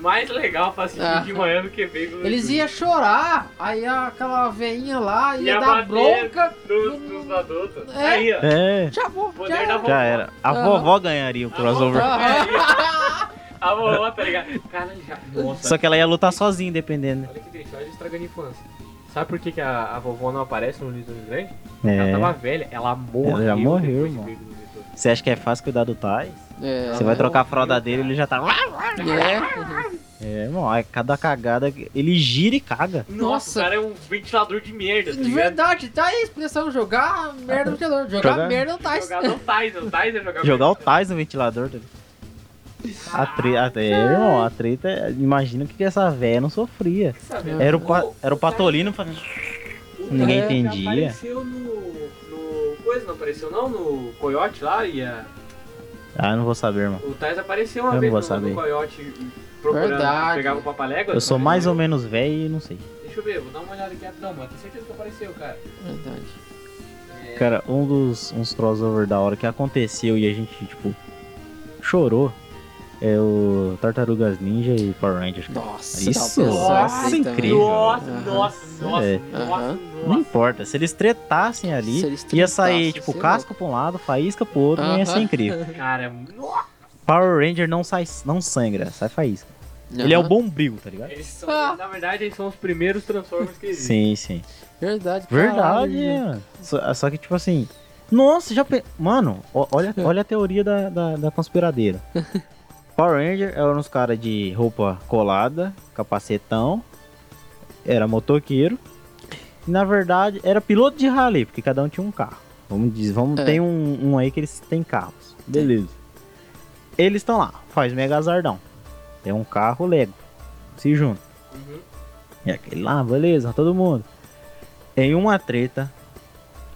mais legal pra assistir Ah. de manhã do que Baby Looney Eles Tunes. iam chorar, aí aquela veinha lá ia, Ia dar bater. bronca. Nos, nos adultos. É. Aí, ó. É, Já vou, Poder da já era. Ah, vovó. já era. A Aham. vovó ganharia o A crossover. vovó. Aham. A vovó, tá ligado? Cara, já. Nossa. Só que ela ia lutar sozinha, dependendo. Olha que triste, olha estragando a infância. Sabe por que, que a, a vovó não aparece no Looney Tunes grande? Ela É. tava velha, ela morreu. já morreu, depois de irmão. Baby Looney Tunes. Você acha que é fácil cuidar do Taz? É, Você vai né? trocar a fralda dele, ele já tá. É. É, irmão, é cada cagada que- ele gira e caga. Nossa, Nossa. o cara é um ventilador de merda, tá De ligado? verdade, tá aí, expressão jogar merda no ventilador. Jogar, Jogar- merda tá no Tais. Jogar no Tyson, o Tyson jogava. Jogar o Taz no ventilador. tá ligado? A treta, até, irmão, a treta, é- imagina o que que essa véia não sofria. Era né? o, pa- era o Patolino falando. Ninguém Tyson entendia. É, Apareceu no, no. Coisa, não apareceu não? No Coyote lá e a- Ah, eu não vou saber, irmão. o Thais apareceu Eu uma não vez vou no, saber. no Coyote procurando Verdade. pegava o Papalégua. né? Eu sou mais um- ou menos velho e não sei. Deixa eu ver, vou dar uma olhada aqui rapidão, mano. Tenho certeza que apareceu, cara. Verdade. Cara, um dos uns crossover da hora que aconteceu e a gente, tipo, chorou é o Tartarugas Ninja e Power Rangers. cara. Nossa, Isso. é dá um pesar Nossa, assim incrível. também. Nossa, Aham. nossa, nossa, É. nossa, Não nossa. importa, se eles tretassem ali, Se eles ia sair, tretassem, tipo, sei casca pra um lado, faísca pro outro, não ia ser Aham. incrível. (laughs) Cara, nossa. Power Ranger não, sai, não sangra, sai faísca. lá. Ele é o Aham. bombril, tá ligado? Eles são, Ah. na verdade, eles são os primeiros Transformers que existem. Sim, sim. Verdade. Verdade, caralho. mano. Só, só que, tipo assim. Nossa, já. Pe... Mano, ó- olha, olha a teoria da, da, da conspiradeira. Power Ranger eram uns caras de roupa colada, capacetão, era motoqueiro. E, na verdade, era piloto de rally, porque cada um tinha um carro. Vamos dizer, vamos, É. tem um, um aí que eles têm carros. Beleza. Eles estão lá, faz megazardão. É um carro Lego. Se junta. Uhum. E aquele lá, beleza, todo mundo. Em uma treta,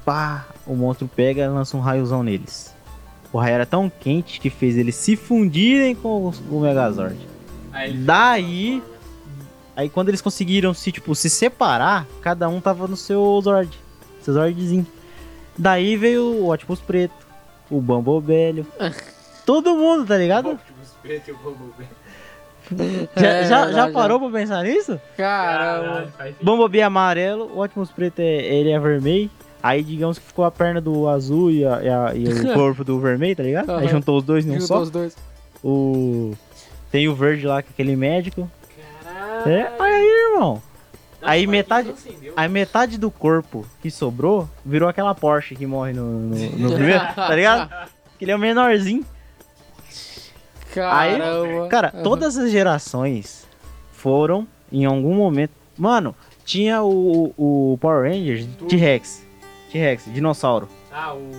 pá, o monstro pega e lança um raiozão neles. O raio era tão quente que fez eles se fundirem com os- o Megazord. Aí eles- Daí, aí quando eles conseguiram se, tipo, se separar, cada um tava no seu Zord, seu Zordzinho. Daí veio o Optimus Preto, o Bambobelho, todo mundo, tá ligado? Optimus tipo, Preto e o né? Bumblebee. Já, É, já, já verdade, parou pra pensar nisso? Caramba. Caralho, faz sentido. Bumblebee é amarelo, o Optimus Preto é, ele é vermelho. Aí, digamos que ficou a perna do azul e, a- e a- e (laughs) o corpo do vermelho, tá ligado? Aí Aham. juntou os dois num Juntou só. os dois. O... Tem o verde lá, que é aquele médico. Caralho. É, olha aí, irmão. Nossa, aí mas metade- isso acendeu. A metade do corpo que sobrou virou aquela Porsche (laughs) que morre no, no- no primeiro, tá ligado? Que ele é o menorzinho. Caramba. Cara, todas as gerações foram, em algum momento. Mano, tinha o, o Power Rangers Tudo. T-Rex. T-Rex, dinossauro. Ah, o.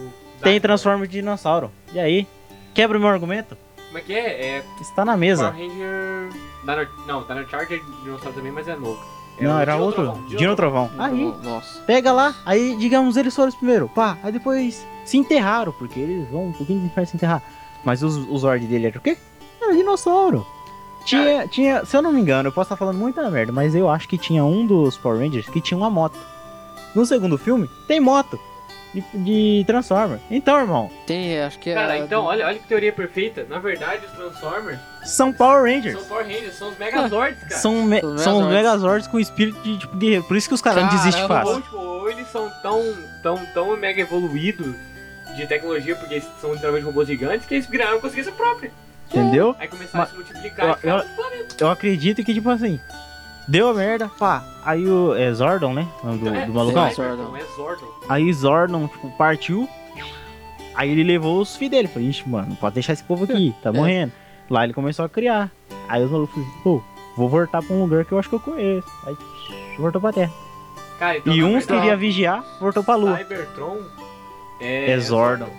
Tem Transformers de dinossauro. E aí? Quebra o meu argumento? Como é que é? É Está na mesa. Power Ranger. Dino- Não, Dino Charger dinossauro também, mas é novo. Não, o era outro. Dinotrovão, Dinotrovão. Aí, Nossa. pega lá. Aí, digamos, eles foram os primeiros. Pá, aí depois se enterraram, porque eles vão um pouquinho de inferno se enterrar. Mas os, os Zord dele era o quê? Era dinossauro. Tinha, tinha, se eu não me engano, eu posso estar falando muita merda, mas eu acho que tinha um dos Power Rangers que tinha uma moto. No segundo filme, tem moto de, de Transformer. Então, irmão, Tem, acho que é. Cara, então, olha, olha que teoria perfeita. Na verdade, os Transformers são Power Rangers. são Power Rangers, são os Megazords, cara. São, me- Os são os Megazords. Megazords com espírito de tipo, guerreiro. Por isso que os caras não desistem Caramba, fácil. ou, tipo, ou eles são tão, tão, tão mega evoluídos de tecnologia, porque eles são literalmente robôs gigantes, que eles criaram consciência própria. Entendeu? Aí começaram Mas- a se multiplicar eu- e ficaram no planeta. Eu acredito que, tipo assim, deu merda, pá. Aí o. É Zordon, né? O nome É, do, do malucão? É Zordon. É Zordon. Aí Zordon, tipo, partiu. Aí ele levou os filhos dele. Falei, ixi, mano, não pode deixar esse povo aqui, tá morrendo. Lá ele começou a criar. Aí os malucos falaram, pô, vou voltar pra um lugar que eu acho que eu conheço. Aí psh, voltou pra terra. Cara, então, E na uns verdade, queria vigiar, voltou pra lua. Cybertron é, É Zordon.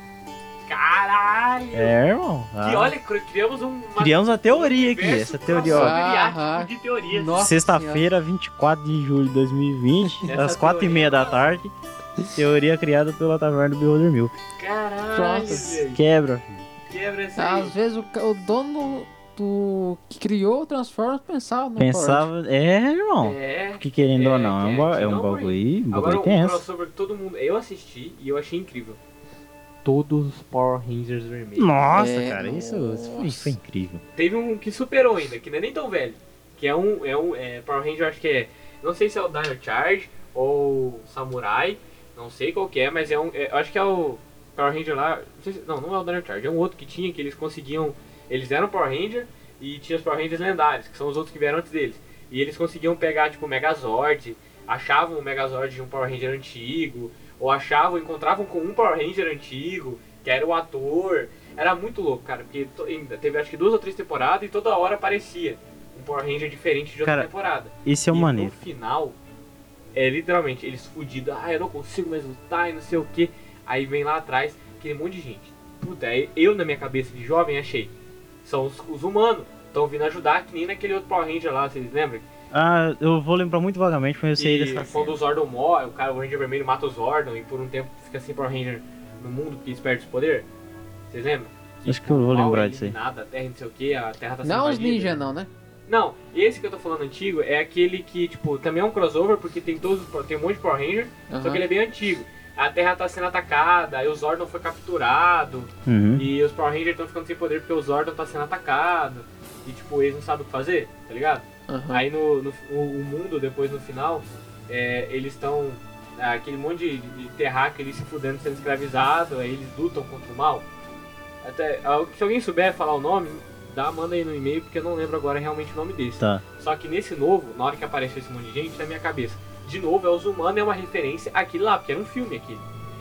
Caralho! É, irmão. Que Ah. olha, cri- criamos um. uma- Criamos a teoria um aqui, universo essa teoria, ó. midiático Aham. de teorias. Nossa Sexta-feira, 24 de julho de 2020, Essa tá- às 4 e meia da tarde. Teoria criada pela Taverna do Beholder Mil. Caralho! Pronto. velho. Quebra. Quebra essa aí. Às vezes o, ca- o dono do. que criou o Transformers pensava no Pensava. É, irmão. É. Porque querendo É, ou não, é um, ba- é, é um não, bagulho, um Agora bagulho um tenso. crossover que todo mundo. Eu assisti e eu achei incrível. Todos os Power Rangers vermelhos. Nossa, É, cara, isso, isso foi, nossa. foi incrível. Teve um que superou ainda, que não é nem tão velho. Que é um. É um é, Power Ranger, acho que é. Não sei se é o Dino Charge ou Samurai. Não sei qual que é, mas é um. é- eu acho que é o Power Ranger lá. Não, sei se- não, não é o Dino Charge, é um outro que tinha, que eles conseguiam. Eles eram Power Ranger e tinha os Power Rangers lendários, que são os outros que vieram antes deles. E eles conseguiam pegar, tipo, o Megazord, achavam o Megazord de um Power Ranger antigo, ou achavam, encontravam com um Power Ranger antigo, que era o ator. Era muito louco, cara, porque to- ainda teve acho que duas ou três temporadas e toda hora aparecia um Power Ranger diferente de outra Cara, temporada. Esse é o e maneiro. No final, é literalmente eles fudidos, ah, eu não consigo mais lutar e não sei o que. Aí vem lá atrás aquele monte de gente. Puta, aí eu na minha cabeça de jovem achei. São os, os humanos, estão vindo ajudar, que nem naquele outro Power Ranger lá, vocês lembram? Ah, eu vou lembrar muito vagamente, mas eu sei e dessa quando cena. o Zordon morre, o cara, o Ranger Vermelho mata o Zordon e por um tempo fica sem Power Ranger no mundo porque eles perdem os poder. Vocês lembram? Acho que eu vou o mal lembrar é disso aí. eliminado, a terra não sei o que, a terra tá Forte. sendo Não os invadida. ninja, não, né? Não, esse que eu tô falando antigo é aquele que, tipo, também é um crossover, porque tem todos os- tem um monte de Power Ranger, só Aham. que ele é bem antigo. A Terra tá sendo atacada, aí o Zordon foi capturado, Hum. Uhum. e os Power Rangers estão ficando sem poder porque o Zordon tá sendo atacado. E tipo, eles não sabem o que fazer, tá ligado? Aham. Aí no, no- o, o mundo, depois no final, é, eles estão. Aquele monte de, de terráqueo eles se fudendo, sendo escravizados, aí eles lutam contra o mal. Até, ah, se alguém souber falar o nome, dá, manda aí no e-mail, porque eu não lembro agora realmente o nome desse. Tá. Só que nesse novo, na hora que apareceu esse monte de gente, na minha cabeça, de novo, é os humanos, é uma referência àquele lá, porque era um filme aqui.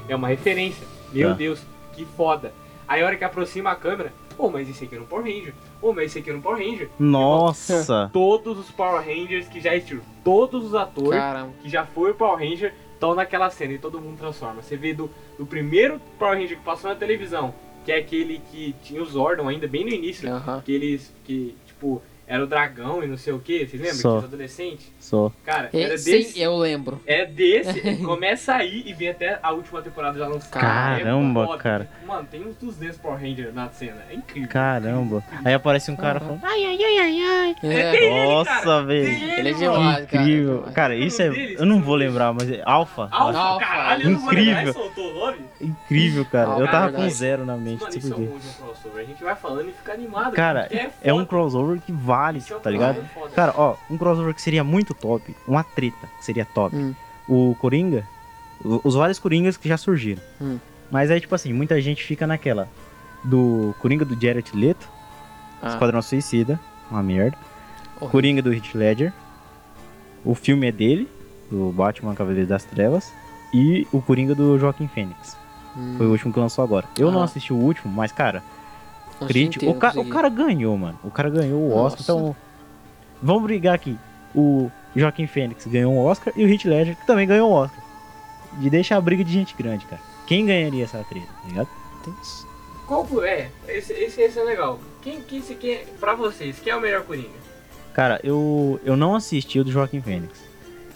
É uma referência. Meu Tá. Deus, que foda. Aí a hora que aproxima a câmera, pô, mas esse aqui era um Power Ranger. Pô, mas esse aqui era um Power Ranger. Nossa. Todos os Power Rangers que já existiram, todos os atores Caramba. que já foram Power Ranger estão naquela cena e todo mundo transforma. Você vê do, do primeiro Power Ranger que passou na televisão, que é aquele que tinha os Zordon ainda bem no início, Aham. que eles, que, tipo, era o dragão e não sei o que, vocês lembram? Só. Que os adolescentes? Só. Cara, É, era sim, desse. eu lembro. É (laughs) desse, ele começa aí e vem até a última temporada já lançada. É Caramba, foda. cara. Mano, tem uns 200 Power Rangers na cena. É incrível. Caramba. Aí aparece um cara falando. Ai, ai, ai, ai, ai. É, tem ele, Nossa, velho. Tem Ele é mano. um demais. cara, Incrível. demais. Cara, isso é. Eu não vou lembrar, mas é. Alpha. Alpha, Alpha. caralho, eu não vou lembrar, ele Incrível. soltou o nome. Incrível, cara. Eu Alpha, tava verdade. com zero na mente. Mano, tipo isso é de- um último crossover. A gente vai falando e fica animado. Cara, porque É um foda. crossover que vale, Isso é um tá ligado? crossover foda. Cara, ó, um crossover que seria muito top, uma treta que seria top. Hum. O Coringa, o- os vários Coringas que já surgiram. Hum. Mas aí, tipo assim, muita gente fica naquela do Coringa do Jared Leto, Ah, Esquadrão Suicida, uma merda. Horrível. Coringa do Heath Ledger, o filme é dele, do Batman Cavaleiro das Trevas, e o Coringa do Joaquim Fênix. hum. Foi o último que lançou agora. Eu não Ah. assisti o último, mas, cara, Nossa, crítico. inteiro O, ca- o consegui. cara ganhou, mano. O cara ganhou o Oscar. Nossa. Então, vamos brigar aqui. O Joaquim Fênix ganhou um Oscar e o Heath Ledger que também ganhou um Oscar. De deixar a briga de gente grande, cara. Quem ganharia essa treta, tá ligado? Tem- Qual por- é? Esse, esse, esse é legal. Quem que se quem para vocês, quem é o melhor Coringa? Cara, eu, eu não assisti o do Joaquim Fênix.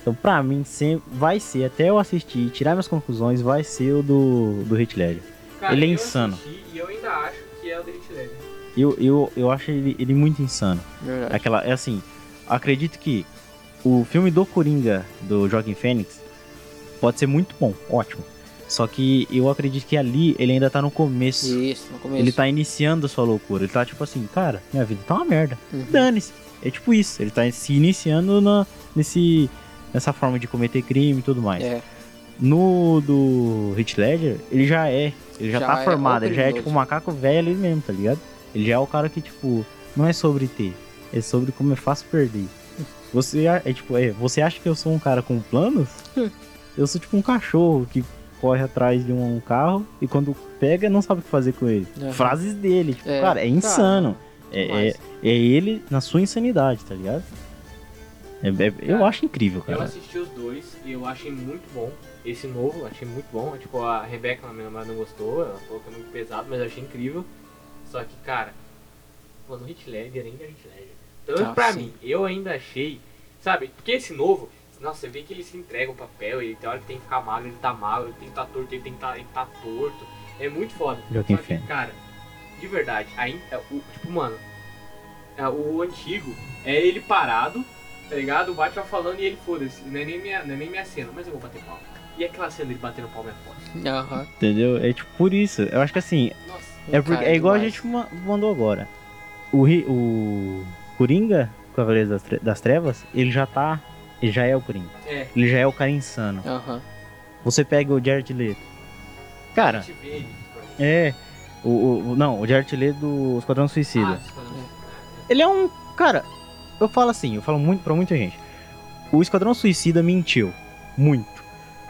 Então, pra mim, sempre, vai ser, até eu assistir e tirar minhas conclusões, vai ser o do, do Heath Ledger. Ele é eu insano. assisti E eu ainda acho que é o do Heath Ledger. Eu, eu, eu acho ele, ele muito insano. Verdade. Aquela, é assim, acredito que o filme do Coringa, do Joaquim Fênix, pode ser muito bom, ótimo. Só que eu acredito que ali ele ainda tá no começo. Isso, no começo. Ele tá iniciando a sua loucura. Ele tá tipo assim, cara, minha vida tá uma merda. Uhum. Dane-se. É tipo isso. Ele tá se iniciando na, nesse, nessa forma de cometer crime e tudo mais. É, No do Heath Ledger, ele já é. Ele já, Já tá é formado. o Ele já é criminoso. tipo um macaco velho ali mesmo, tá ligado? Ele já é o cara que, tipo, não é sobre ter. É sobre como é fácil perder. Você a- é tipo, é, você acha que eu sou um cara com planos? Eu sou tipo um cachorro que corre atrás de um carro e quando pega não sabe o que fazer com ele. Aham. Frases dele, tipo, É, cara, é tá. insano. demais. É, é, é ele na sua insanidade, tá ligado? É- é- eu Cara, acho incrível, Eu cara. assisti os dois e eu achei muito bom. Esse novo, eu achei muito bom. Tipo, a Rebeca, minha namorada, não gostou. Ela falou que é muito pesado, mas eu achei incrível. Só que, cara, mano, o Hit Ledger ainda é Hit Ledger. Tanto Ah, pra sim. mim, eu ainda achei, sabe? Porque esse novo, nossa, você vê que ele se entrega o papel, ele tem hora que tem que ficar magro, ele tá magro, ele tem que tá torto, ele tem que tá, ele tá torto. É muito foda. Joaquim Só que, Fênix. cara, de verdade, ainda, o, tipo, mano, é, o antigo é ele parado, tá ligado? O Batman falando e ele foda-se. Não, é nem minha- não é nem minha cena, mas eu vou bater palma. E aquela cena dele batendo palma é foda. Aham. Entendeu? É tipo por isso. Eu acho que assim, Nossa. É, porque, Um Cara, é igual a demais. gente ma- mandou agora. O, Ri- o Coringa, Cavaleiro das, Tre- das Trevas, ele já tá. Ele já é o Coringa. É, Ele já é o cara insano. Aham. Você pega o Jared Leto. a Cara, gente vê ele. tipo, por exemplo. é. O, o- o- não, o Jared Leto do Esquadrão Ah, Suicida. isso quando- Ele é um. Cara, eu falo assim, eu falo muito pra muita gente. O Esquadrão Suicida mentiu. Muito.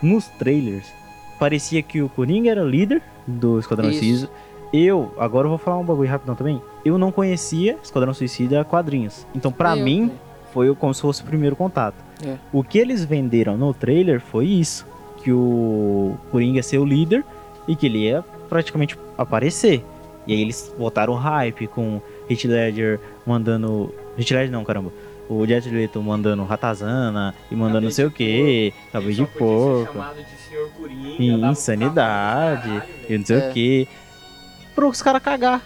Nos trailers, parecia que o Coringa era o líder do Esquadrão Isso. Suicida. Eu, agora eu vou falar um bagulho rapidão também. Eu não conhecia Esquadrão Suicida quadrinhos. Então, pra Eu, mim, né? foi como se fosse o primeiro contato. É. O que eles venderam no trailer foi isso. Que o Coringa ia ser o líder e que ele ia praticamente aparecer. E aí eles botaram o hype com Heath Ledger mandando... Heath Ledger não, caramba. O Jet Leto mandando ratazana e mandando não sei o que, Ele cabelo só de podia ser porco, chamado de Senhor Coringa, e dava um insanidade, tapa no caralho, e velho. não sei É. o que. Pros caras cagar.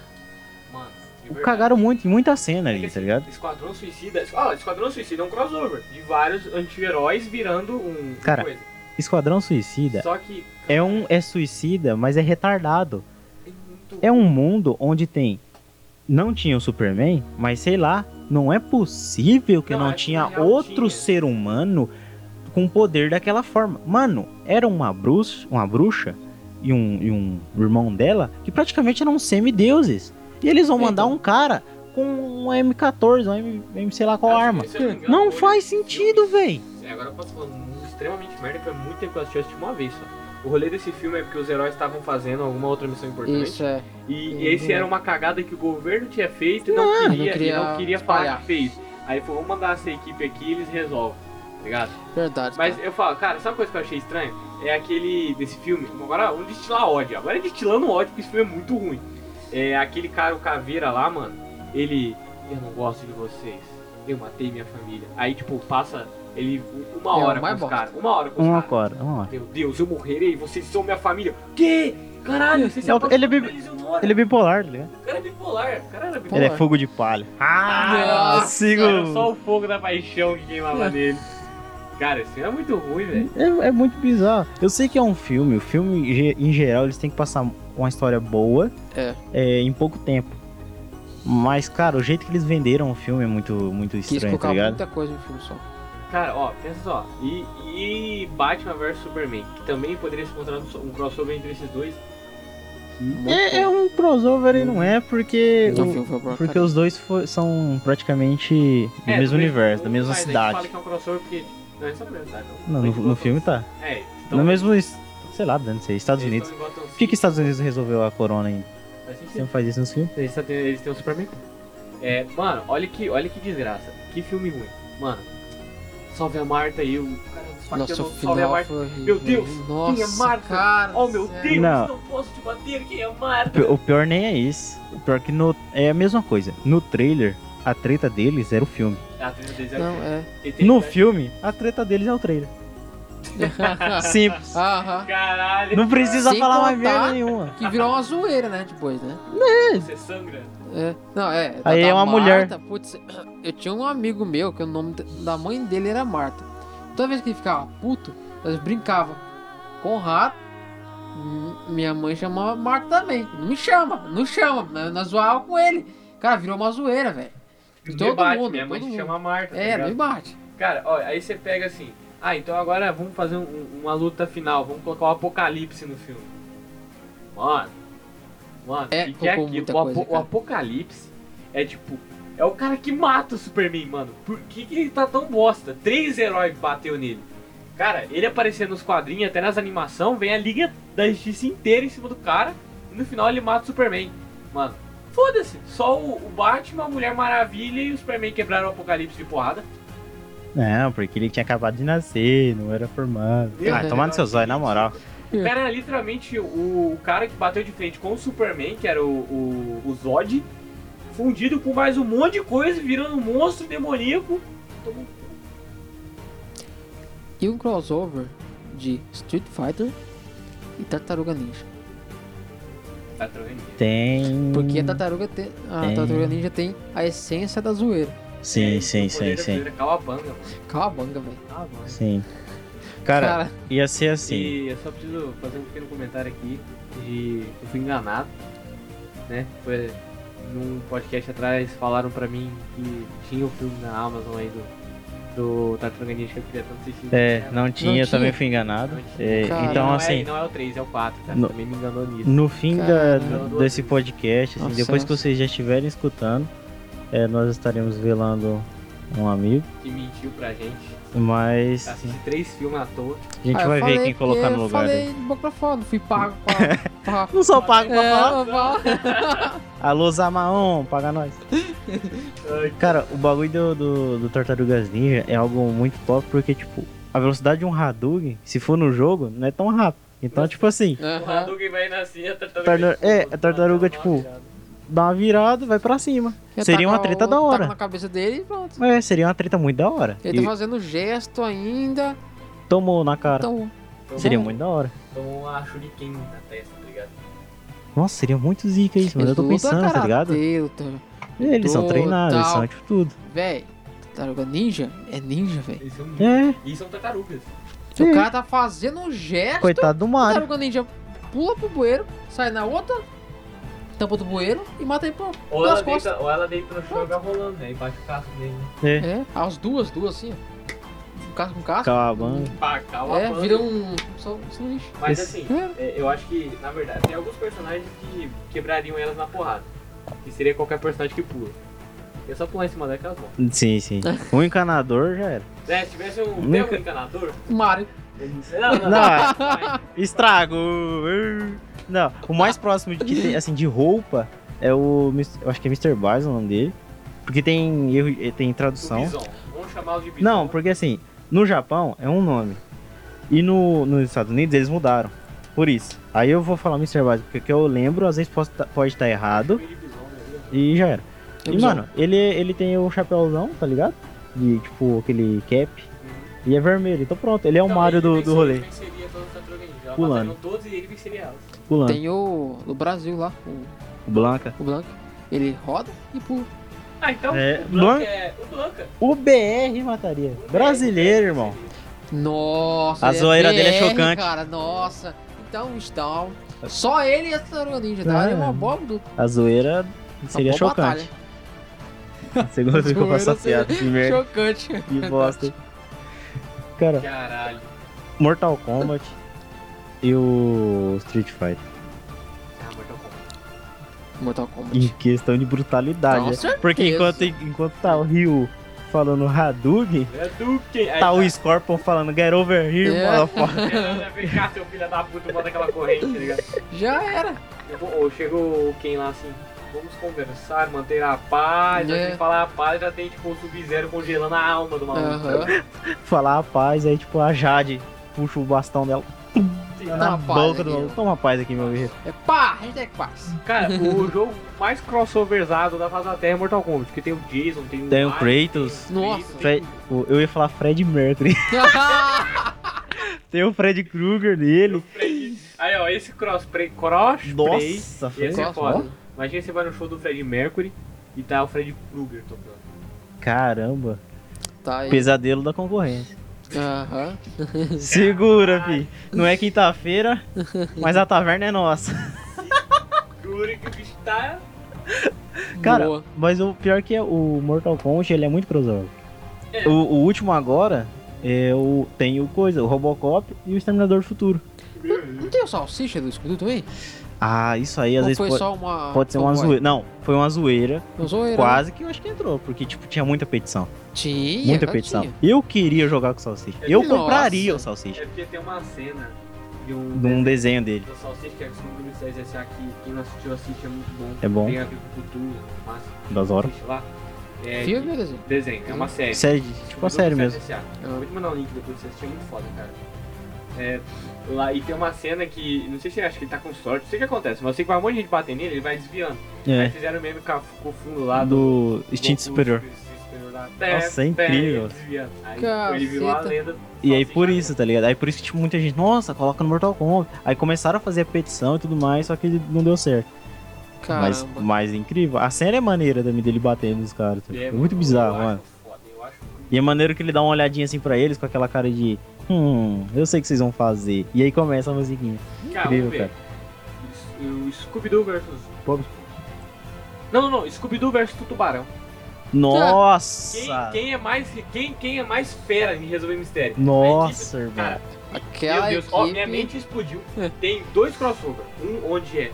Mano, de verdade. Cagaram muito, em muita cena É que ali, assim, tá ligado? Esquadrão Suicida. Ó, Esquadrão Suicida é um crossover de vários anti-heróis virando um. uma Cara, coisa. Esquadrão Suicida Só que. é um é suicida, mas é retardado. é muito É um mundo onde tem. Não tinha o Superman, mas sei lá, não é possível que Não, não, acho que tinha já outro tinha. ser humano com poder daquela forma. Mano, era uma bruxa, uma bruxa e um, e um irmão dela que praticamente eram semideuses. E eles vão Então. mandar um cara com um M14, um M, M sei lá qual arma. Se eu me engano, Não hoje, faz filme- sentido, véi. É, agora eu posso falar um extremamente merda, foi muito tempo que eu assisti, eu assisti uma vez só. O rolê desse filme é porque os heróis estavam fazendo alguma outra missão importante. Isso é. E esse era uma cagada que o governo tinha feito e não, queria, não queria e não queria falar espalhar. que fez. Aí falou, vamos mandar essa equipe aqui e eles resolvem. tá Ligado? Verdade. Mas cara. eu falo, cara, sabe uma coisa que eu achei estranha? É aquele desse filme, agora um destilar ódio. Agora é destilando ódio, porque esse filme é muito ruim. É aquele cara, o caveira lá, mano, ele. Eu não gosto de vocês. Eu matei minha família. Aí, tipo, passa ele uma É, o hora mais com os bosta. caras. Uma hora com os Uma caras. hora, uma hora. Meu Deus, eu morrerei, vocês são minha família. Que? Caralho, vocês Não, são ele é bi- Ele é bipolar, tá ligado? O cara é bipolar, o cara era bipolar. Ele é fogo de palha. Ah, sigo. Era só o fogo da paixão que (laughs) queimava nele. Cara, esse filme é muito ruim, velho. É, é muito bizarro. Eu sei que é um filme. O filme, em ge- em geral, eles têm que passar uma história boa É. é, em pouco tempo. Mas, cara, o jeito que eles venderam o filme é muito, muito Quis estranho, tá colocar ligado? Hum. muita coisa no filme só. Cara, ó, pensa só. E, e Batman vs Superman, que também poderia se encontrar um crossover entre esses dois. É, é um crossover e não é porque. Não, o- Então, o filme foi pra porque caralho. os dois fo- são praticamente do É, mesmo do universo, da mundo, mesma mas aí Fala cidade. que é um crossover porque. Não, isso é na mesma cidade, não. Não, no, Eles no botam- filme tá. É, No mesmo. es- Sei lá, não sei, Estados Unidos. Por que, que Estados Unidos resolveu a corona em um Faz sentido. Sempre faz isso nos filmes. Eles, só têm- eles têm o Superman. É, mano, olha que, olha que desgraça. Que filme ruim. Mano, salve a Marta e o cara esfaqueando Nossa, o Salve a final Marta. foi horrível. Meu Deus, Nossa, quem é Marta? cara. Oh meu sério. Deus, Não. não. posso te bater, quem é Marta? P- O pior nem é isso. O pior que no, é a mesma coisa. No trailer, a treta deles era o filme. Ah, tem o desenho. Não, é. (laughs) Ele tem- No filme, a treta deles é o trailer. Ah. (laughs) Simples. Aham. Caralho. Não precisa Sem falar mais contar- merda nenhuma. Que virou uma zoeira, né? Depois, né? Você sangra. É, não, é. da- Aí da é uma Marta, Putz, eu tinha um amigo meu que o nome da- da mãe dele era Marta. Toda vez que ele ficava puto, nós brincava com o rato. m- Minha mãe chamava Marta também. Não me chama, não chama. né, Nós zoava com ele. Cara, virou uma zoeira, velho. No Todo um debate, mundo, minha mãe todo se mundo. chama Marta. tá É, ligado? não bate. Cara, ó, aí você pega assim. Ah, então agora vamos fazer um- uma luta final. Vamos colocar o apocalipse no filme. Mano. Mano, É, o que, que é colocou aquilo? muita O, coisa, apo- o cara. apocalipse é tipo. É o cara que mata o Superman, mano. Por que, que ele tá tão bosta? Três heróis bateu nele. Cara, ele aparecer nos quadrinhos, até nas animações, vem a Liga da Justiça inteira em cima do cara. E no final ele mata o Superman. Mano, foda-se. Só o, o Batman, a Mulher Maravilha e o Superman quebraram o apocalipse de porrada. Não, porque ele tinha acabado de nascer, não era formado. Meu Ah, Deus. tomando seus olhos, na moral. O cara era literalmente o, o cara que bateu de frente com o Superman, que era o, o, o Zod, fundido com mais um monte de coisa, virando um monstro demoníaco. Tomou- E um crossover de Street Fighter e Tartaruga Ninja. Tá tremendo. Tem. Porque a Tartaruga, tem, a Hum. Tem. Tartaruga Ninja tem a essência da zoeira. Sim, É, sim, o sim, poder é sim. poder, Calabanga, mano. Tá Calabanga, velho. Calabanga. Sim. Cara, Cara, ia ser assim. E eu só preciso fazer um pequeno comentário aqui de eu fui enganado, né? Foi num podcast atrás falaram pra mim que tinha o filme na Amazon aí do do Tartaruga Ninja que eu queria tanto assistir. É, não tinha, eu tinha. também fui enganado. É, Cara. então, não assim. É, não é o 3, é o 4, cara. No- Também me enganou nisso. no fim da, Cara. do- desse podcast, assim, Nossa, depois que nossa. vocês já estiverem escutando, é, nós estaremos velando um amigo, Que mentiu pra gente. mas Assisti três filmes à toa. a gente Ah, eu vai falei ver quem colocar porque no lugar Eu dele. falei de boca pra fora, não fui pago (laughs) pra. pra... Não sou pago pra É, falar. eu falo- Alô, Zamaon, paga (laughs) nós. Cara, o bagulho do, do, do Tartarugas Ninja é algo muito top, porque, tipo, a velocidade de um Hadouken, se for no jogo, não é tão rápido. Então, Nossa. tipo assim, O Aham. Hadouken vai nascer, a Tartar- tartaruga. é, a tartaruga, tipo, dá uma virada, vai pra cima. Eu Seria uma taco- treta da tá taco hora. na cabeça dele e pronto. É, seria uma treta muito da hora. Ele E tá fazendo gesto ainda. tomou na cara. Então, Seria muito da hora. um- Tomou uma shuriken na testa, tá ligado? Nossa, seria muito zica isso, mas eu tô luta, pensando, tá karatê, ligado? luta. Eles são Lutou, treinados, eles tal. são tipo tudo. Véi, tartaruga ninja é ninja, véi. Eles são É, E são tartarugas. Se o Sim. cara tá fazendo um gesto, coitado do a Mario. tartaruga ninja pula pro bueiro, sai na outra, tampa do bueiro e mata ele pro, Ou pelas ela, costas. deita, ou ela deita no chão e vai rolando, né? E bate o casco nele. né? É, É, as duas, duas assim, ó. Um casco com casco. Calabanga. Pá, calma, É, mano. vira um. Só, só um lixo. Mas Esse- assim, é, eu acho que, na verdade, tem alguns personagens que quebrariam elas na porrada. Que seria qualquer personagem que pula. É só pular em cima daquelas mãos. Sim, (laughs) sim. Um encanador já era. Né, se tivesse um, tem Nunca- algum encanador, Mario. Não, não, Não. é. Mas, Estrago! Não, o mais próximo de, que tem, assim, de roupa é o. Mis- Eu acho que é Mr. Bison o nome dele. Porque tem erro, eh, tem o tradução. bison. Vamos chamá-lo de bison. Não, porque assim, no Japão é um nome. E no, nos Estados Unidos eles mudaram. Por isso. Aí eu vou falar Mr. Bison, porque o que eu lembro, às vezes posso tá- pode estar errado. Filho de bison, né? E já era. E, Lobisomem. mano, ele, ele tem o chapéuzão, tá ligado? De, tipo, aquele cap. E é vermelho. Então pronto, ele é o Então, Mario ele do, do venceria- rolê. venceria todas as tartarugas ninja. Ela Pulando. mataram todos e ele venceria elas. Pulando. Tem o. do Brasil lá, o, Blanca. o Blanco. Ele roda e pula. Ah, então É, o Blanca- Blanca é... O Blanca. O BR mataria. É, Brasileiro, irmão. Nossa, A ele zoeira BR, dele é chocante. Cara, nossa. Então, Stall. Só ele e a Tartaruga Ninja, tá? Ah, É uma boa luta. A zoeira uma seria Tá boa chocante. Segundo A ficou zoeira associado. Que merda. Chocante. Que bosta. Cara, Caralho. Mortal Kombat e o Street Fighter. Ah, Mortal Kombat. Mortal Em Kombat. questão de brutalidade. Com né? certeza. Porque enquanto, enquanto tá o Ryu falando Hadouken, É tu que. tá o Scorpion falando Get Over Here, É. motherfucker. Vem cá, tá, seu filho da puta, bota aquela corrente, tá ligado? Já era. Eu vou- Ou chegou quem lá assim, vamos conversar, manter a paz, É. aí tem que falar a paz, já tem tipo o Sub-Zero congelando a alma do maluco. tá Aham. Falar a paz, aí tipo a Jade puxa o bastão dela na Toma paz boca aqui, do maluco. ó. Toma paz aqui, meu guerreiro. É pá, hashtag (laughs) paz. Cara, o jogo mais crossoverzado da face da Terra é Mortal Kombat, porque tem o Jason, tem o Tem o Mike, Kratos. tem o Kratos, Nossa. tem- Fred, o- eu ia falar Fred Mercury. (laughs) Tem o Fred Krueger nele. Aí ó, esse crossplay, crossplay, Nossa, ia Fred. ser Cross, foda. Imagina você vai no show do Fred Mercury e tá o Fred Krueger tocando. Caramba. tá aí. Pesadelo da (laughs) concorrência. (laughs) Aham. Segura, fi. Não é quinta-feira, (laughs) mas a taverna é nossa. Krueger que o bicho tá... Cara, Boa. mas o pior que é o Mortal Kombat, ele é muito crossover. É. O, o último agora é o, tem o coisa, o Robocop e o Exterminador do Futuro. Não tem o salsicha do Scooby também? Ah, isso aí às Ou vezes foi pode, só uma. pode ser uma fanboy? zoeira. Não, foi uma zoeira. Uma zoeira. Quase que eu acho que entrou, porque tipo, tinha muita petição. Tinha. Muita claro que petição. tinha. Eu queria jogar com o Salsicha. Eu Nossa. compraria o Salsicha. É porque tem uma cena de um... Num desenho dele. do Salsicha, que é o segundo do SSA aqui, quem não assistiu assiste, é muito bom. É bom. Tem agricultura, massa, Das horas. assiste lá. É, Filme ou desenho? Desenho, é uma série. Série, de- tipo a série mesmo. Eu vou te mandar um link depois pra você assistir, é muito foda, cara. É, lá, e tem uma cena que, não sei se acha que ele tá com sorte, não sei o que acontece, mas eu sei que vai um monte de gente bater nele, ele vai desviando. Aí É. fizeram mesmo com, a- com o fundo lá do... Do Instinto Goku, Superior. Instinto Superior lá. Nossa, é Pé, pé, incrível. ele desviando. Aí depois ele virou a Caceta. lenda. E aí Salsicha por mesmo. isso, tá ligado? Aí por isso que tipo, muita gente, nossa, coloca no Mortal Kombat. Aí começaram a fazer a petição e tudo mais, só que ele não deu certo. Mas, Caramba. mas incrível. A série é maneira também dele batendo nos caras. tá ligado? É, muito eu bizarro, acho mano. foda, eu acho E é maneiro que ele dá uma olhadinha assim pra eles com aquela cara de. Hum, eu sei o que vocês vão fazer. E aí começa a musiquinha. Cara, Incrível, vamos ver. O Scooby-Doo versus Bob Não, não, não. Scooby-Doo versus Tubarão. Quem, Nossa! quem é mais quem, quem é mais fera em resolver mistério? Nossa, A equipe- irmão. Cara, Aquela meu Deus, equipe. ó, minha mente explodiu. Tem dois crossover, um onde é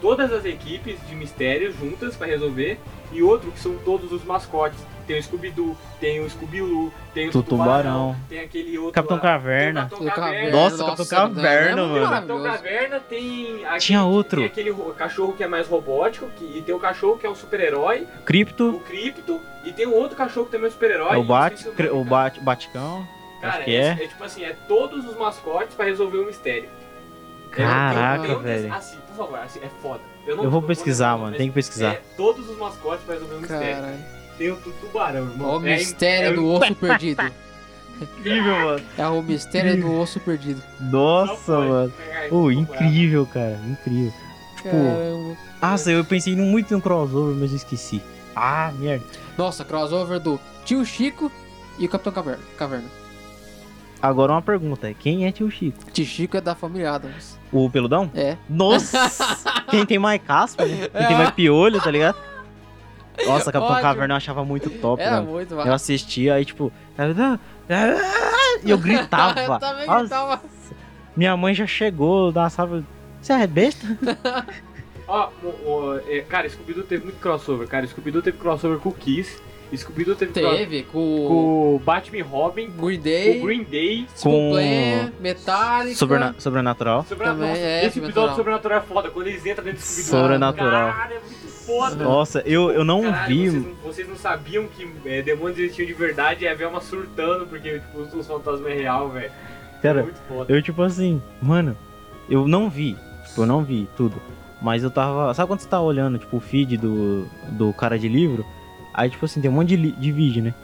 todas as equipes de mistério juntas pra resolver e outro que são todos os mascotes. Tem o Scooby-Doo, tem o Scooby-Loo, tem o Do Tubarão, Tubarão. tem aquele outro Capitão lá. Caverna. Tem o do Capitão Caverna. Caverna. Nossa, Capitão Caverna, é muito mano. Capitão maravilhoso. Caverna tem. aquele- Tinha outro. Tem aquele ro- cachorro que é mais robótico, que, e tem o cachorro que é um super-herói, Cripto. o Cripto, e tem um outro cachorro que também é um super-herói. É o e eu Bat, esqueci cri- nome, o cara. Bat, Baticão. Cara, acho que é, é. é tipo assim, é todos os mascotes pra resolver o mistério. Caraca, Eu não tenho- eu não- velho. Assim, por favor, assim, é foda. Eu, não- Eu vou não pesquisar, lembrar, mano. mas Tem que pesquisar. É todos os mascotes pra resolver o mistério. Caralho. Tem o tu- tubarão, irmão. O É mistério é do osso perdido. Incrível, mano. É o mistério do osso perdido. Nossa, Não pode. mano. É, Ô, tubarão. incrível, cara. Incrível. Tipo, Caramba. Nossa, eu pensei num- muito no crossover, mas eu esqueci. Ah, merda. Nossa, crossover do Tio Chico e o Capitão Caverna. Caverna. Agora uma pergunta. Quem é tio Chico? Tio Chico é da família Adams. O peludão? É. (laughs) Nossa! Quem tem mais caspa, né? Quem tem mais piolho, tá ligado? Nossa, Capitão Ótimo. É, Caverna eu achava muito top, Era mano. muito Eu assistia, aí tipo... E eu gritava. (laughs) eu também Nossa, gritava. Minha mãe já chegou da sala... Você é besta? Ó, o- o- é, cara, Scooby-Doo teve muito crossover, cara. Scooby-Doo teve crossover com o Kiss. Scooby-Doo teve, crossover Teve com com o Batman e Robin. o Green Com Day, o Green Day. Com- Plan, Metallica. Sobrena- Sobrenatural. Sobrenatural. Também Nossa, é, esse episódio Sobrenatural. do Sobrenatural é foda, quando eles entram dentro do Scooby-Doo. Sobrenatural. Cara, é muito foda. Nossa, eu, eu não Caralho, vi... Vocês, não- vocês não sabiam que é, demônios existiam de verdade e a Velma surtando porque tipo, os, os fantasmas é real, velho. É Cara, Muito foda. eu tipo assim... Mano, eu não vi. Tipo, eu não vi tudo. Mas eu tava... Sabe quando você tá olhando, tipo, o feed do, do cara de livro? Aí, tipo assim, tem um monte de, li- de vídeo, né?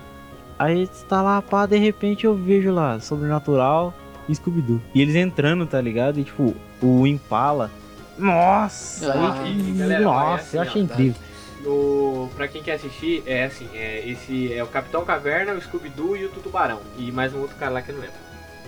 Aí você tá lá, pá, de repente eu vejo lá, Sobrenatural e Scooby-Doo. E eles entrando, tá ligado? E, tipo, o Impala... Nossa! Ah, aí- galera, olha, nossa, assim, eu ó, achei tá. incrível. O, pra quem quer assistir, é assim, é, esse é o Capitão Caverna, o Scooby-Doo e o Tutubarão. E mais um outro cara lá que eu não lembro.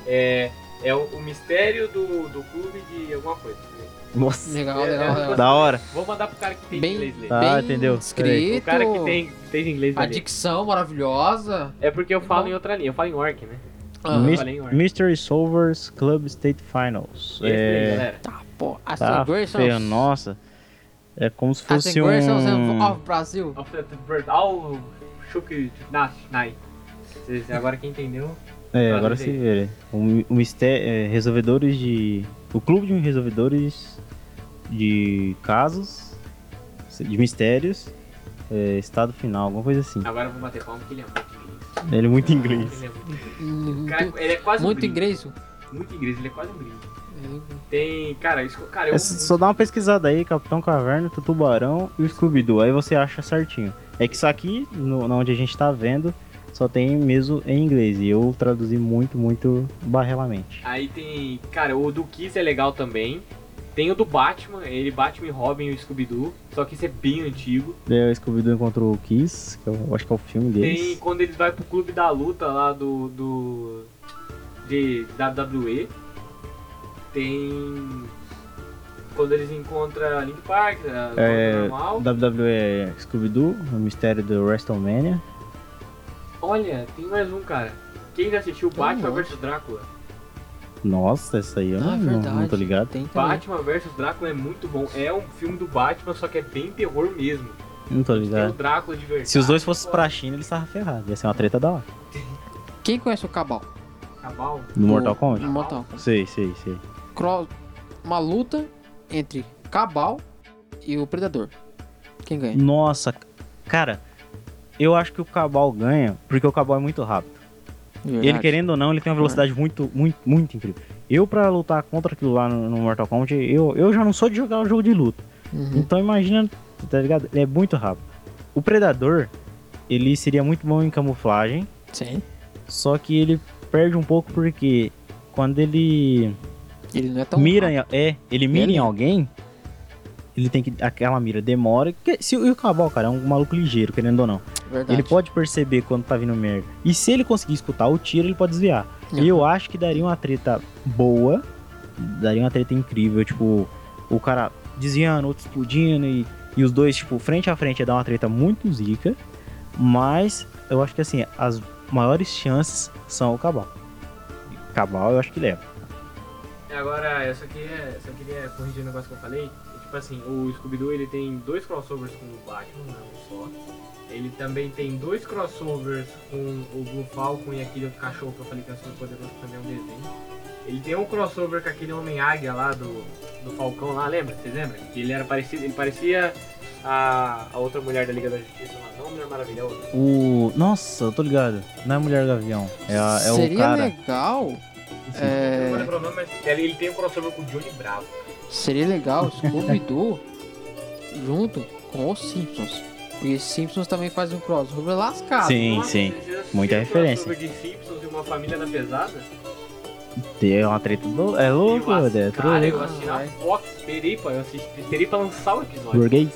É, é o, o mistério do, do clube de alguma coisa. (laughs) Nossa, Legal, É, legal, é. legal. da hora. Vou mandar pro cara que tem Bem- inglês ler. Tá. Ah, entendeu. Escrito. O cara que tem, que tem inglês A vai ler. dicção maravilhosa. É porque eu falo em outra linha, eu falo em orc, né? Ah, Mis- falei, ué. Mystery Solvers Club State Finals. Esse aí, É, galera. pô, as tá Seguers são- Ah, feio, nossa. É como se as fosse é Seguers são- são é um... of Brasil. Of the- the- All Shook Nash Nai. Vocês- Agora que entendeu, É, Ah, agora lembrei. se vê. né? Um, um mistério, é, resolvedores de. O clube de resolvedores de casos, de mistérios, é, estado final, alguma coisa assim. agora eu vou bater palma que ele é muito inglês. Ele é muito inglês. Ele é muito inglês. Hum, tu- Cara, ele é quase um Muito gringo. inglês. Muito inglês, ele é quase um gringo. Tem, cara, isso, cara, eu É só dá uma pesquisada aí, Capitão Caverna, Tutubarão e o Scooby-Doo, aí você acha certinho. É que isso aqui, no, na onde a gente tá vendo, só tem mesmo em inglês, e eu traduzi muito, muito barrelamente. Aí tem, cara, o do Kiss é legal também. Tem o do Batman, ele Batman e Robin e o Scooby-Doo, só que isso é bem antigo. Daí o É, Scooby-Doo encontrou o Kiss, que eu acho que é o filme deles. Tem quando eles vai pro clube da luta lá do. do. de WWE. Tem. quando eles encontram Link Park, a É, Lona normal. WWE Scooby-Doo, o mistério do WrestleMania. Olha, tem mais um, cara. Quem já assistiu Tem um Batman monte. vs Drácula? Nossa, essa aí eu Ah, não, é não- verdade. não tô ligado. Tem também. Batman vs Drácula é muito bom. É um filme do Batman, só que é bem terror mesmo. Não tô Tem o ligado. Drácula de verdade. É. Se os dois fossem pra China, eles estavam ferrados. Ia ser uma treta da hora. Quem conhece o Cabal? Cabal. No Mortal Kombat? No Mortal Kombat. Sei, sei, sei. Cro- Uma luta entre Cabal e o Predador. Quem ganha? Nossa, cara, eu acho que o Cabal ganha, porque o Cabal é muito rápido. Ele, Verdade. querendo ou não, ele tem uma velocidade muito, muito, muito incrível. Eu, pra lutar contra aquilo lá no, no Mortal Kombat, eu, eu já não sou de jogar um jogo de luta. Uhum. Então imagina, tá ligado? Ele é muito rápido. O Predador, ele seria muito bom em camuflagem, Sim. só que ele perde um pouco porque quando ele Ele não é tão. mira em, é, ele mira Ele- em alguém, ele tem que aquela mira demora, que se e o Cabal, cara, é um maluco ligeiro, querendo ou não. Verdade. Ele pode perceber quando tá vindo merda. E se ele conseguir escutar o tiro, ele pode desviar. Uhum. E eu acho que daria uma treta boa. Daria uma treta incrível. Tipo, o cara desviando, outro explodindo. E, e os dois, tipo, frente a frente ia dar uma treta muito zica. Mas eu acho que assim, as maiores chances são o Cabal. Cabal eu acho que é. leva. E Agora, eu só queria, só queria corrigir um negócio que eu falei. Tipo assim, o Scooby-Doo ele tem dois crossovers com o Batman, não um só. Ele também tem dois crossovers com o Blue Falcon e aquele outro cachorro que eu falei que é super poderoso que também é um desenho. Ele tem um crossover com aquele homem águia lá do, do Falcão lá, lembra? Vocês lembram? Que ele era parecido, ele parecia a, a outra mulher da Liga da Justiça, lá, não a Mulher Maravilhosa. O. Nossa, eu tô ligado. Não é Mulher Gavião. É, a- é o Seria cara. legal. Eu não vou é, lembrar o nome, mas ele, ele tem um crossover com o Johnny Bravo. Seria legal Scooby-Doo junto com os Simpsons. Porque os Simpsons também faz um crossover lascado. Sim, Nossa, sim. vocês assistiram Muita o referência. crossover de Simpsons e uma família da pesada? É uma treta do. É louco, Eu assi- é Cara, trollo. eu assisti na Ai. Fox, esperei pra, eu assisti, esperei pra lançar o episódio. Burguês?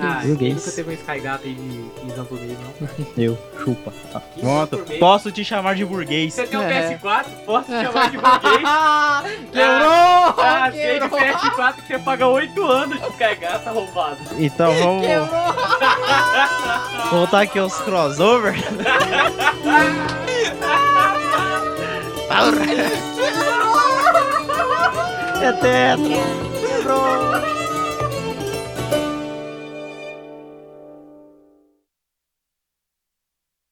Ah, burguês. quem nunca teve um Sky Gata aí de 15 anos por mês, não? Eu, chupa. Ah, 15 Pronto, por mês. posso te chamar de (laughs) burguês. Você tem um É. PS4? Posso te chamar de (laughs) burguês? آه. Quebrou! Ah, sei de Quebrou! PS4 que você paga 8 anos de Sky Gata roubado. Então vamos Quebrou! voltar aqui aos crossover. é tetra. Quebrou.